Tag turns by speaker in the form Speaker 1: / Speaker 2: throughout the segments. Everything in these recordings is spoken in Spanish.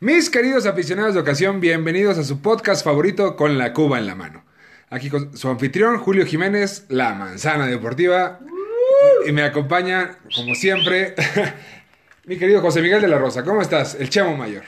Speaker 1: Mis queridos aficionados de ocasión, bienvenidos a su podcast favorito con la Cuba en la mano. Aquí con su anfitrión Julio Jiménez, la manzana deportiva. Y me acompaña, como siempre, mi querido José Miguel de la Rosa. ¿Cómo estás? El chamo mayor.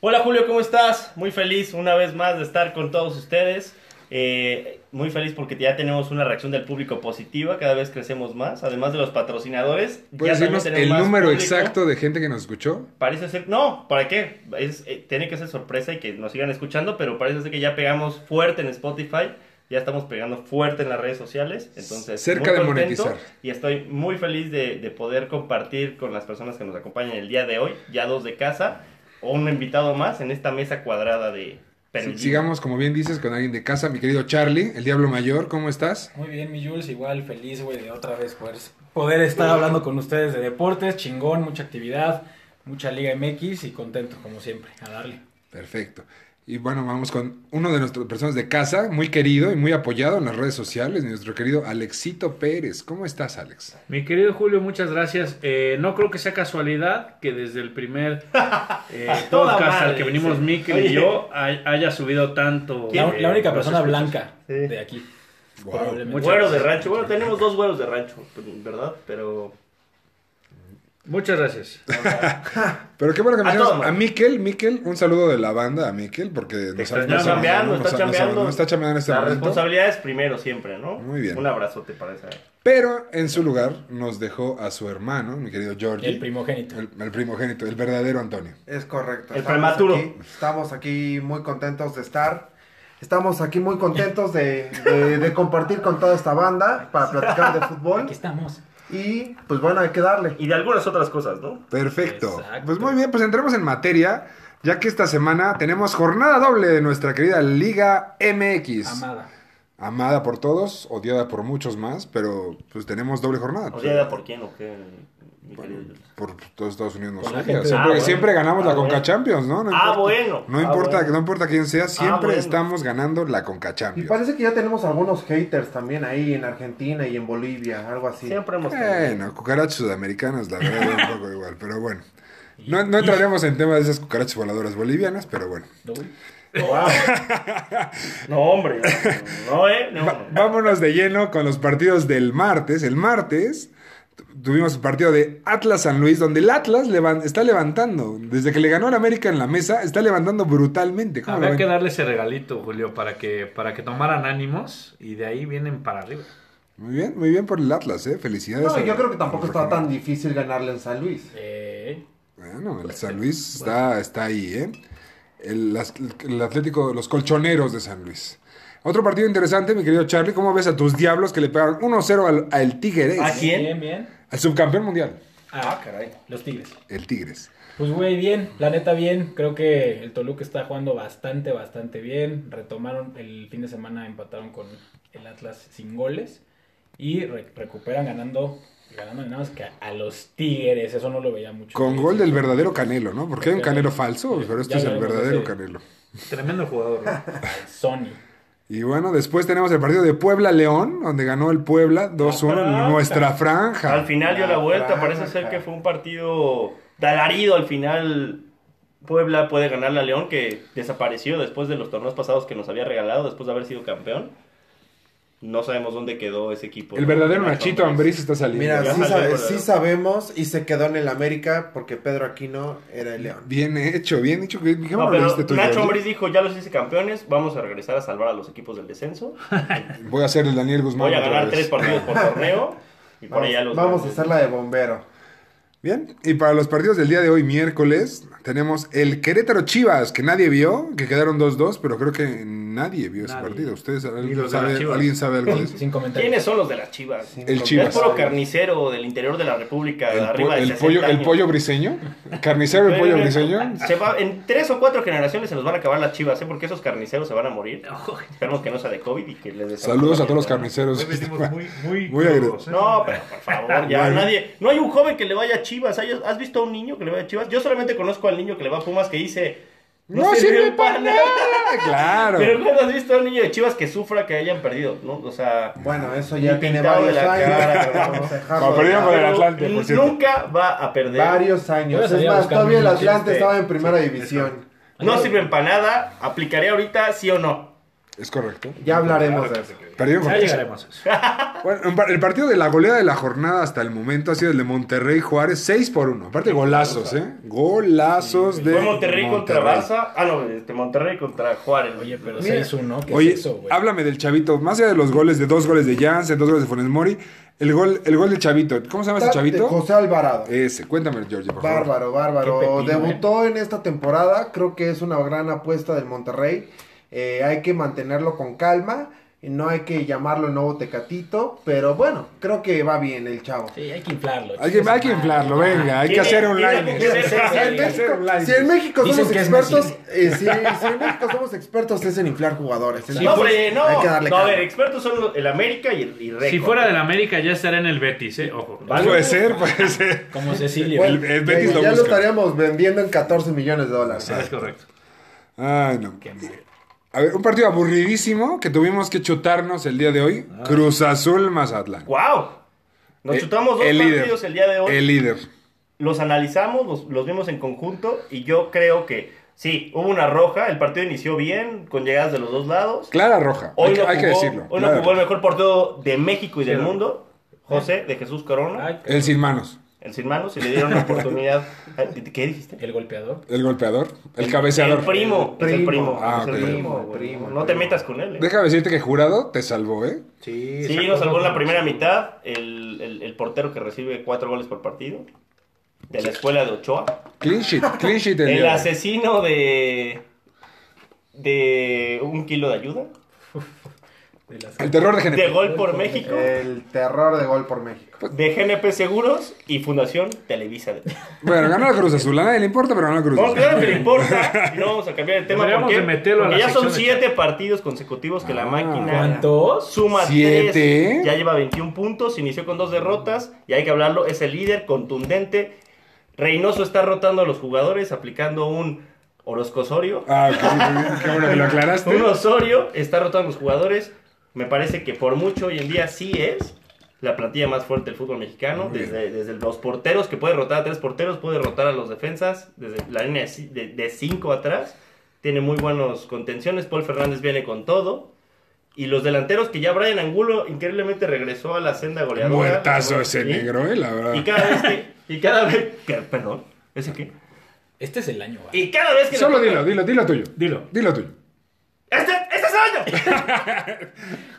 Speaker 2: Hola Julio, ¿cómo estás? Muy feliz una vez más de estar con todos ustedes. Eh, muy feliz porque ya tenemos una reacción del público positiva, cada vez crecemos más, además de los patrocinadores.
Speaker 1: ¿Puedes
Speaker 2: ya también
Speaker 1: decirnos
Speaker 2: tenemos
Speaker 1: el
Speaker 2: más
Speaker 1: número
Speaker 2: público.
Speaker 1: exacto de gente que nos escuchó?
Speaker 2: Parece ser, no, ¿para qué? Es, eh, tiene que ser sorpresa y que nos sigan escuchando, pero parece ser que ya pegamos fuerte en Spotify, ya estamos pegando fuerte en las redes sociales, entonces...
Speaker 1: Cerca
Speaker 2: muy
Speaker 1: de
Speaker 2: contento
Speaker 1: monetizar.
Speaker 2: Y estoy muy feliz de, de poder compartir con las personas que nos acompañan el día de hoy, ya dos de casa, o un invitado más en esta mesa cuadrada de...
Speaker 1: Sí,
Speaker 2: perejil.
Speaker 1: sigamos, como bien dices, con alguien de casa, mi querido Charlie, el Diablo Mayor, ¿cómo estás?
Speaker 3: Muy bien, mi Jules, igual feliz, güey, de otra vez poder, poder estar hablando con ustedes de deportes, chingón, mucha actividad, mucha Liga MX y contento, como siempre, a darle.
Speaker 1: Perfecto. Y bueno, vamos con uno de nuestras personas de casa, muy querido y muy apoyado en las redes sociales, nuestro querido Alexito Pérez. ¿Cómo estás, Alex?
Speaker 4: Mi querido Julio, muchas gracias. Eh, no creo que sea casualidad que desde el primer eh,
Speaker 2: Toda
Speaker 4: podcast
Speaker 2: madre,
Speaker 4: al que venimos
Speaker 2: sí.
Speaker 4: Mikel
Speaker 2: Oye.
Speaker 4: y yo hay- haya subido tanto.
Speaker 2: ¿Quién?
Speaker 4: eh,
Speaker 3: La, la única
Speaker 4: los
Speaker 3: persona
Speaker 4: escuchas.
Speaker 3: blanca
Speaker 2: Sí.
Speaker 3: de aquí,
Speaker 1: Wow.
Speaker 3: probablemente.
Speaker 2: Güero de rancho. Bueno, tenemos dos güeros de rancho, ¿verdad? Pero.
Speaker 1: Pues,
Speaker 4: Muchas gracias.
Speaker 1: Pero qué bueno que
Speaker 2: A
Speaker 1: mencionas
Speaker 2: todo.
Speaker 1: a Miquel, Miquel, un saludo de la banda a Miquel, porque nos
Speaker 4: extrañamos.
Speaker 1: nos-
Speaker 2: Está chambeando,
Speaker 1: nos-
Speaker 2: está
Speaker 1: nos-
Speaker 2: chambeando.
Speaker 1: nos está chambeando en este
Speaker 2: La
Speaker 1: momento.
Speaker 2: responsabilidad es primero siempre, ¿no?
Speaker 1: Muy bien.
Speaker 2: Un abrazote para esa.
Speaker 1: Pero en su lugar nos dejó a su hermano, mi querido Georgie.
Speaker 3: El primogénito.
Speaker 1: El, el primogénito, el verdadero Antonio.
Speaker 5: Es correcto.
Speaker 2: El
Speaker 5: estamos
Speaker 2: prematuro.
Speaker 5: aquí- estamos aquí muy contentos de estar. Estamos aquí muy contentos de, de- de compartir con toda esta banda para platicar de fútbol.
Speaker 3: Aquí estamos.
Speaker 5: Y pues bueno, hay que darle.
Speaker 2: Y de algunas otras cosas, ¿no?
Speaker 1: Perfecto.
Speaker 3: Exacto.
Speaker 1: Pues muy bien, pues entremos en materia, ya que esta semana tenemos jornada doble de nuestra querida Liga MX.
Speaker 3: Amada.
Speaker 1: Amada por todos, odiada por muchos más, pero pues tenemos doble jornada.
Speaker 2: O sea, ¿por quién o qué? mi querido Dios?
Speaker 1: Por todos Estados Unidos nos
Speaker 3: Con la
Speaker 1: odia.
Speaker 3: gente
Speaker 1: O sea,
Speaker 2: de-
Speaker 1: porque
Speaker 2: Ah, bueno.
Speaker 1: siempre ganamos
Speaker 2: Ah,
Speaker 1: la
Speaker 2: bueno.
Speaker 1: Conca Champions, ¿no? No
Speaker 2: Ah,
Speaker 1: importa.
Speaker 2: bueno.
Speaker 1: No
Speaker 2: Ah,
Speaker 1: importa,
Speaker 2: bueno. Ah,
Speaker 1: no importa quién sea, siempre
Speaker 2: bueno.
Speaker 1: estamos ganando la Conca
Speaker 5: Y
Speaker 1: Champions.
Speaker 5: parece que ya tenemos algunos haters también ahí en Argentina y en Bolivia, algo así.
Speaker 2: Siempre
Speaker 1: Eh.
Speaker 2: hemos.
Speaker 1: Bueno, cucarachas sudamericanas, la verdad, es un poco igual, pero bueno. No, no entraremos en tema de esas cucarachas voladoras bolivianas, pero bueno.
Speaker 3: ¿no, güey?
Speaker 2: Wow. No, hombre. No, ¿eh? No.
Speaker 1: Va- vámonos de lleno con los partidos del martes. El martes tu- tuvimos un partido de Atlas San Luis, donde el Atlas levan- está levantando. Desde que le ganó al América en la mesa, está levantando brutalmente. ¿Cómo lo
Speaker 4: Habrá
Speaker 1: ven?
Speaker 4: que darle ese regalito, Julio, para que, para que tomaran ánimos y de ahí vienen para arriba.
Speaker 1: Muy bien, muy bien por el Atlas, ¿eh? Felicidades.
Speaker 5: No,
Speaker 1: a-
Speaker 5: yo creo que tampoco
Speaker 1: al
Speaker 5: está tan
Speaker 1: Rojo.
Speaker 5: difícil ganarle en San Luis.
Speaker 3: Eh,
Speaker 1: Bueno, el San Luis está, está ahí, ¿eh? El, las- el Atlético, los colchoneros de San Luis. Otro partido interesante, mi querido Charlie. ¿Cómo ves a tus diablos que le pegaron 1-0 al, al Tigres?
Speaker 2: ¿A quién?
Speaker 3: Bien, bien.
Speaker 1: Al subcampeón mundial,
Speaker 3: Ah, caray. Los Tigres.
Speaker 1: el Tigres.
Speaker 3: Pues, güey, bien, la neta bien. Creo que el Toluca está jugando bastante, bastante bien. Retomaron el fin de semana, empataron con el Atlas sin goles y re- recuperan ganando, ganando nada más que a, a los Tigres. Eso no lo veía mucho.
Speaker 1: Con gol del verdadero Canelo, ¿no? Porque hay un Canelo falso, pero este
Speaker 3: Ya
Speaker 1: es el
Speaker 3: hablaremos de
Speaker 1: verdadero
Speaker 3: ese.
Speaker 1: Canelo.
Speaker 4: Tremendo jugador. ¿no?
Speaker 3: Sony.
Speaker 1: Y bueno, después tenemos el partido de Puebla-León, donde ganó el Puebla 2-1
Speaker 2: franja.
Speaker 1: en nuestra franja.
Speaker 2: Al final dio la
Speaker 5: Ah,
Speaker 2: vuelta.
Speaker 5: claro,
Speaker 2: Parece ser
Speaker 5: claro.
Speaker 2: que fue un partido talarido al final. Puebla puede ganarle a León, que desapareció después de los torneos pasados que nos había regalado, después de haber sido campeón. No sabemos dónde quedó ese equipo.
Speaker 1: el verdadero
Speaker 2: Nacho
Speaker 1: Nachito Ambriz está saliendo.
Speaker 5: Mira,
Speaker 2: Ya
Speaker 5: sí,
Speaker 2: salió
Speaker 5: sabe-
Speaker 2: el
Speaker 5: sí
Speaker 2: verdadero.
Speaker 5: sabemos y se quedó en el América porque Pedro Aquino era el León.
Speaker 1: Bien hecho, bien hecho. ¿Qué- ¿Qué
Speaker 2: No,
Speaker 1: me
Speaker 2: pero
Speaker 1: leíste tú,
Speaker 2: Nacho
Speaker 1: Jordi?
Speaker 2: Ambriz dijo, ya los hice campeones, vamos a regresar a salvar a los equipos del descenso.
Speaker 1: Voy a hacer el Daniel Guzmán.
Speaker 2: Voy a
Speaker 1: otra
Speaker 2: ganar
Speaker 1: vez.
Speaker 2: tres partidos por torneo y por
Speaker 5: Vamos,
Speaker 2: allá los
Speaker 5: vamos a
Speaker 2: grandes.
Speaker 5: hacer la de bombero.
Speaker 1: Bien, y para los partidos del día de hoy, miércoles, tenemos el Querétaro Chivas, que nadie vio, que quedaron 2-2, pero creo que nadie vio ese
Speaker 4: Nadie.
Speaker 1: partido. Ustedes,
Speaker 4: de
Speaker 1: ¿alguien
Speaker 4: las
Speaker 1: sabe,
Speaker 4: Chivas.
Speaker 1: alguien sabe algo de eso?
Speaker 3: Sin comentarios.
Speaker 2: ¿Quiénes son los de las chivas?
Speaker 1: El
Speaker 2: Es
Speaker 1: Chivas.
Speaker 2: puro carnicero del interior de la República,
Speaker 1: El,
Speaker 2: de arriba
Speaker 1: po-
Speaker 2: de
Speaker 1: el
Speaker 2: 60
Speaker 1: pollo, el
Speaker 2: años.
Speaker 1: pollo briseño. Carnicero, el pollo briseño.
Speaker 2: Se va- en tres o cuatro generaciones se nos van a acabar las chivas, ¿eh? Porque esos carniceros se van a morir. Esperemos que no sea de COVID y que les des-
Speaker 1: Saludos a todos los carniceros.
Speaker 6: Hoy metimos muy, muy,
Speaker 1: Muy
Speaker 6: crudos,
Speaker 2: No,
Speaker 6: ¿eh?
Speaker 2: pero por favor, ya
Speaker 1: Bueno.
Speaker 2: nadie. No hay un joven que le vaya a Chivas. ¿Hay- ¿Has visto a un niño que le vaya a Chivas? Yo solamente conozco al niño que le va a Pumas que dice.
Speaker 1: No sirve para nada. Claro.
Speaker 2: Pero ¿cuándo has visto a un niño de Chivas que sufra que hayan perdido? ¿no? O sea.
Speaker 5: Bueno, eso ya
Speaker 2: Y
Speaker 5: tiene
Speaker 2: pintado de
Speaker 5: varios
Speaker 2: la cara,
Speaker 5: años. pero
Speaker 2: cabrón.
Speaker 5: vamos a dejarlo
Speaker 1: No, pero
Speaker 5: de
Speaker 1: yo
Speaker 5: lado.
Speaker 1: con el Atlante, por cierto.
Speaker 2: Nunca va a perder.
Speaker 5: Varios
Speaker 3: Yo
Speaker 5: años. Es
Speaker 3: salía
Speaker 5: más,
Speaker 3: buscando
Speaker 5: todavía el
Speaker 3: un
Speaker 5: Atlante
Speaker 3: chiste.
Speaker 5: estaba en primera división.
Speaker 2: No sirven para nada. Aplicaré ahorita sí o no.
Speaker 1: Es correcto.
Speaker 5: Ya hablaremos de eso.
Speaker 1: Perdieron
Speaker 4: Ya
Speaker 1: con
Speaker 4: llegaremos a eso.
Speaker 1: Bueno, en par- el partido de la goleada de la jornada hasta el momento ha sido el de Monterrey Juárez 6 por 1. Aparte, golazos, ¿eh? Golazos de.
Speaker 2: Fue Monterrey, contra
Speaker 1: Monterrey.
Speaker 2: Barça. Ah, no, este Monterrey contra Juárez.
Speaker 3: Oye, pero
Speaker 5: Mira.
Speaker 3: 6-1, ¿qué
Speaker 1: Oye,
Speaker 3: es eso, güey?
Speaker 1: háblame del Chavito. Más allá de los goles, de dos goles de Janssen, dos goles de Funes Mori. El gol, el gol del Chavito. ¿Cómo se llama ese
Speaker 5: De
Speaker 1: Chavito?
Speaker 5: José Alvarado.
Speaker 1: Ese. Cuéntame, George, por favor.
Speaker 5: Bárbaro, bárbaro.
Speaker 3: Qué pepino,
Speaker 2: eh.
Speaker 5: Debutó en esta temporada, creo que es una gran apuesta del Monterrey. Eh, hay que mantenerlo con calma, no hay que llamarlo nuevo Tecatito, pero bueno, creo que va bien el chavo.
Speaker 3: Sí, hay que inflarlo.
Speaker 1: Hay que, hay que inflarlo, venga. Hay que
Speaker 2: Tiene-
Speaker 1: hacer un
Speaker 2: tiene
Speaker 1: line.
Speaker 2: algo que hacer,
Speaker 1: Hay que
Speaker 2: sí.
Speaker 1: hacer un
Speaker 5: Si en
Speaker 1: line.
Speaker 5: México
Speaker 3: Dicen
Speaker 5: somos
Speaker 3: que es
Speaker 5: expertos, eh, si, si en México somos expertos es en inflar jugadores.
Speaker 2: No,
Speaker 5: Entonces,
Speaker 2: hombre, no.
Speaker 5: hay que darle
Speaker 2: no, a
Speaker 5: calma.
Speaker 2: ver, expertos son los- el América y el y Record.
Speaker 4: Si fuera del América ya estaría en el Betis, eh. Ojo.
Speaker 1: Puede ser, puede ser.
Speaker 3: Como Cecilio.
Speaker 5: Bueno,
Speaker 1: el- el Betis
Speaker 5: ya
Speaker 1: lo
Speaker 5: ya lo
Speaker 1: busca.
Speaker 5: estaríamos vendiendo en 14 millones de dólares.
Speaker 4: Es correcto.
Speaker 1: Ay, no. A ver, un partido aburridísimo que tuvimos que chutarnos el día de hoy. Cruz Azul Mazatlán.
Speaker 2: ¡Wow! Ah. Nos
Speaker 1: Eh,
Speaker 2: chutamos dos
Speaker 1: el líder.
Speaker 2: partidos el día de hoy.
Speaker 1: El líder.
Speaker 2: Los analizamos, los, los vimos en conjunto. Y yo creo que sí, hubo una roja. El partido inició bien, con llegadas de los dos lados.
Speaker 1: Clara Roja.
Speaker 2: Hoy
Speaker 1: hay,
Speaker 2: no
Speaker 1: hay que
Speaker 2: jugó-
Speaker 1: decirlo.
Speaker 2: Hoy
Speaker 1: Clara
Speaker 2: no jugó el
Speaker 1: Roja.
Speaker 2: mejor portero de México y del
Speaker 4: Sí, no.
Speaker 2: mundo, José de Jesús Corona,
Speaker 3: Ay,
Speaker 1: El sin manos.
Speaker 2: el sin manos, y le dieron la oportunidad. Ay, ¿Qué dijiste?
Speaker 3: el golpeador.
Speaker 1: El golpeador. El cabeceador.
Speaker 2: El primo, es el
Speaker 5: Primo.
Speaker 2: primo.
Speaker 1: Ah,
Speaker 2: es el
Speaker 1: ok.
Speaker 2: primo,
Speaker 5: Primo,
Speaker 2: güey.
Speaker 5: primo,
Speaker 2: No te
Speaker 5: primo.
Speaker 2: metas con él. eh.
Speaker 1: Déjame decirte que jurado te salvó, ¿eh?
Speaker 6: Sí,
Speaker 2: Sí,
Speaker 6: sacó
Speaker 2: nos salvó en la
Speaker 6: unos-
Speaker 2: primera mitad el, el- el portero que recibe cuatro goles por partido. De la escuela de Ochoa.
Speaker 1: Clean sheet. Clean sheet el día
Speaker 2: El
Speaker 1: de hoy.
Speaker 2: asesino de. de un kilo de ayuda.
Speaker 3: De las-
Speaker 1: El terror de
Speaker 2: De
Speaker 1: gente.
Speaker 2: Gol por México.
Speaker 5: El terror de gol por México.
Speaker 2: De GNP Seguros y Fundación Televisa. de-
Speaker 1: Bueno, ganó la Cruz Azul. A nadie le importa, pero ganó la Cruz
Speaker 2: No,
Speaker 1: Azul.
Speaker 2: claro que le importa. Y no vamos a cambiar el tema.
Speaker 4: Deberíamos
Speaker 2: porque
Speaker 4: de meterlo a
Speaker 2: porque
Speaker 4: la
Speaker 2: ya son
Speaker 4: sección de-
Speaker 2: siete partidos consecutivos que la
Speaker 1: Ah.
Speaker 2: máquina.
Speaker 3: ¿Cuántos?
Speaker 2: Suma
Speaker 1: Siete.
Speaker 2: 3, ya lleva 21 puntos, inició con dos derrotas y hay que hablarlo, es el líder contundente. Reynoso está rotando a los jugadores aplicando un Orozcosorio.
Speaker 1: Ah, ok, qué bueno que lo aclaraste.
Speaker 2: Un Osorio está rotando a los jugadores. Me parece que por mucho hoy en día sí es la plantilla más fuerte del fútbol mexicano.
Speaker 1: Muy bien.
Speaker 2: Desde, desde los porteros, que puede rotar a tres porteros, puede rotar a los defensas. Desde la línea de ci- de, de cinco atrás. Tiene muy buenos contenciones. Paul Fernández viene con todo. Y los delanteros, que ya Brian Angulo increíblemente regresó a la senda goleadora.
Speaker 1: Muertazo ese
Speaker 2: Sí.
Speaker 1: negro, ¿eh? La verdad.
Speaker 2: Y cada vez que. Y cada vez. que- perdón. ¿Ese qué?
Speaker 3: Este es el año, güey.
Speaker 2: Y cada vez que. le
Speaker 1: Solo
Speaker 2: toca-
Speaker 1: dilo, dilo, dilo tuyo.
Speaker 4: Dilo.
Speaker 1: Dilo tuyo.
Speaker 2: ¡Este, este es el año!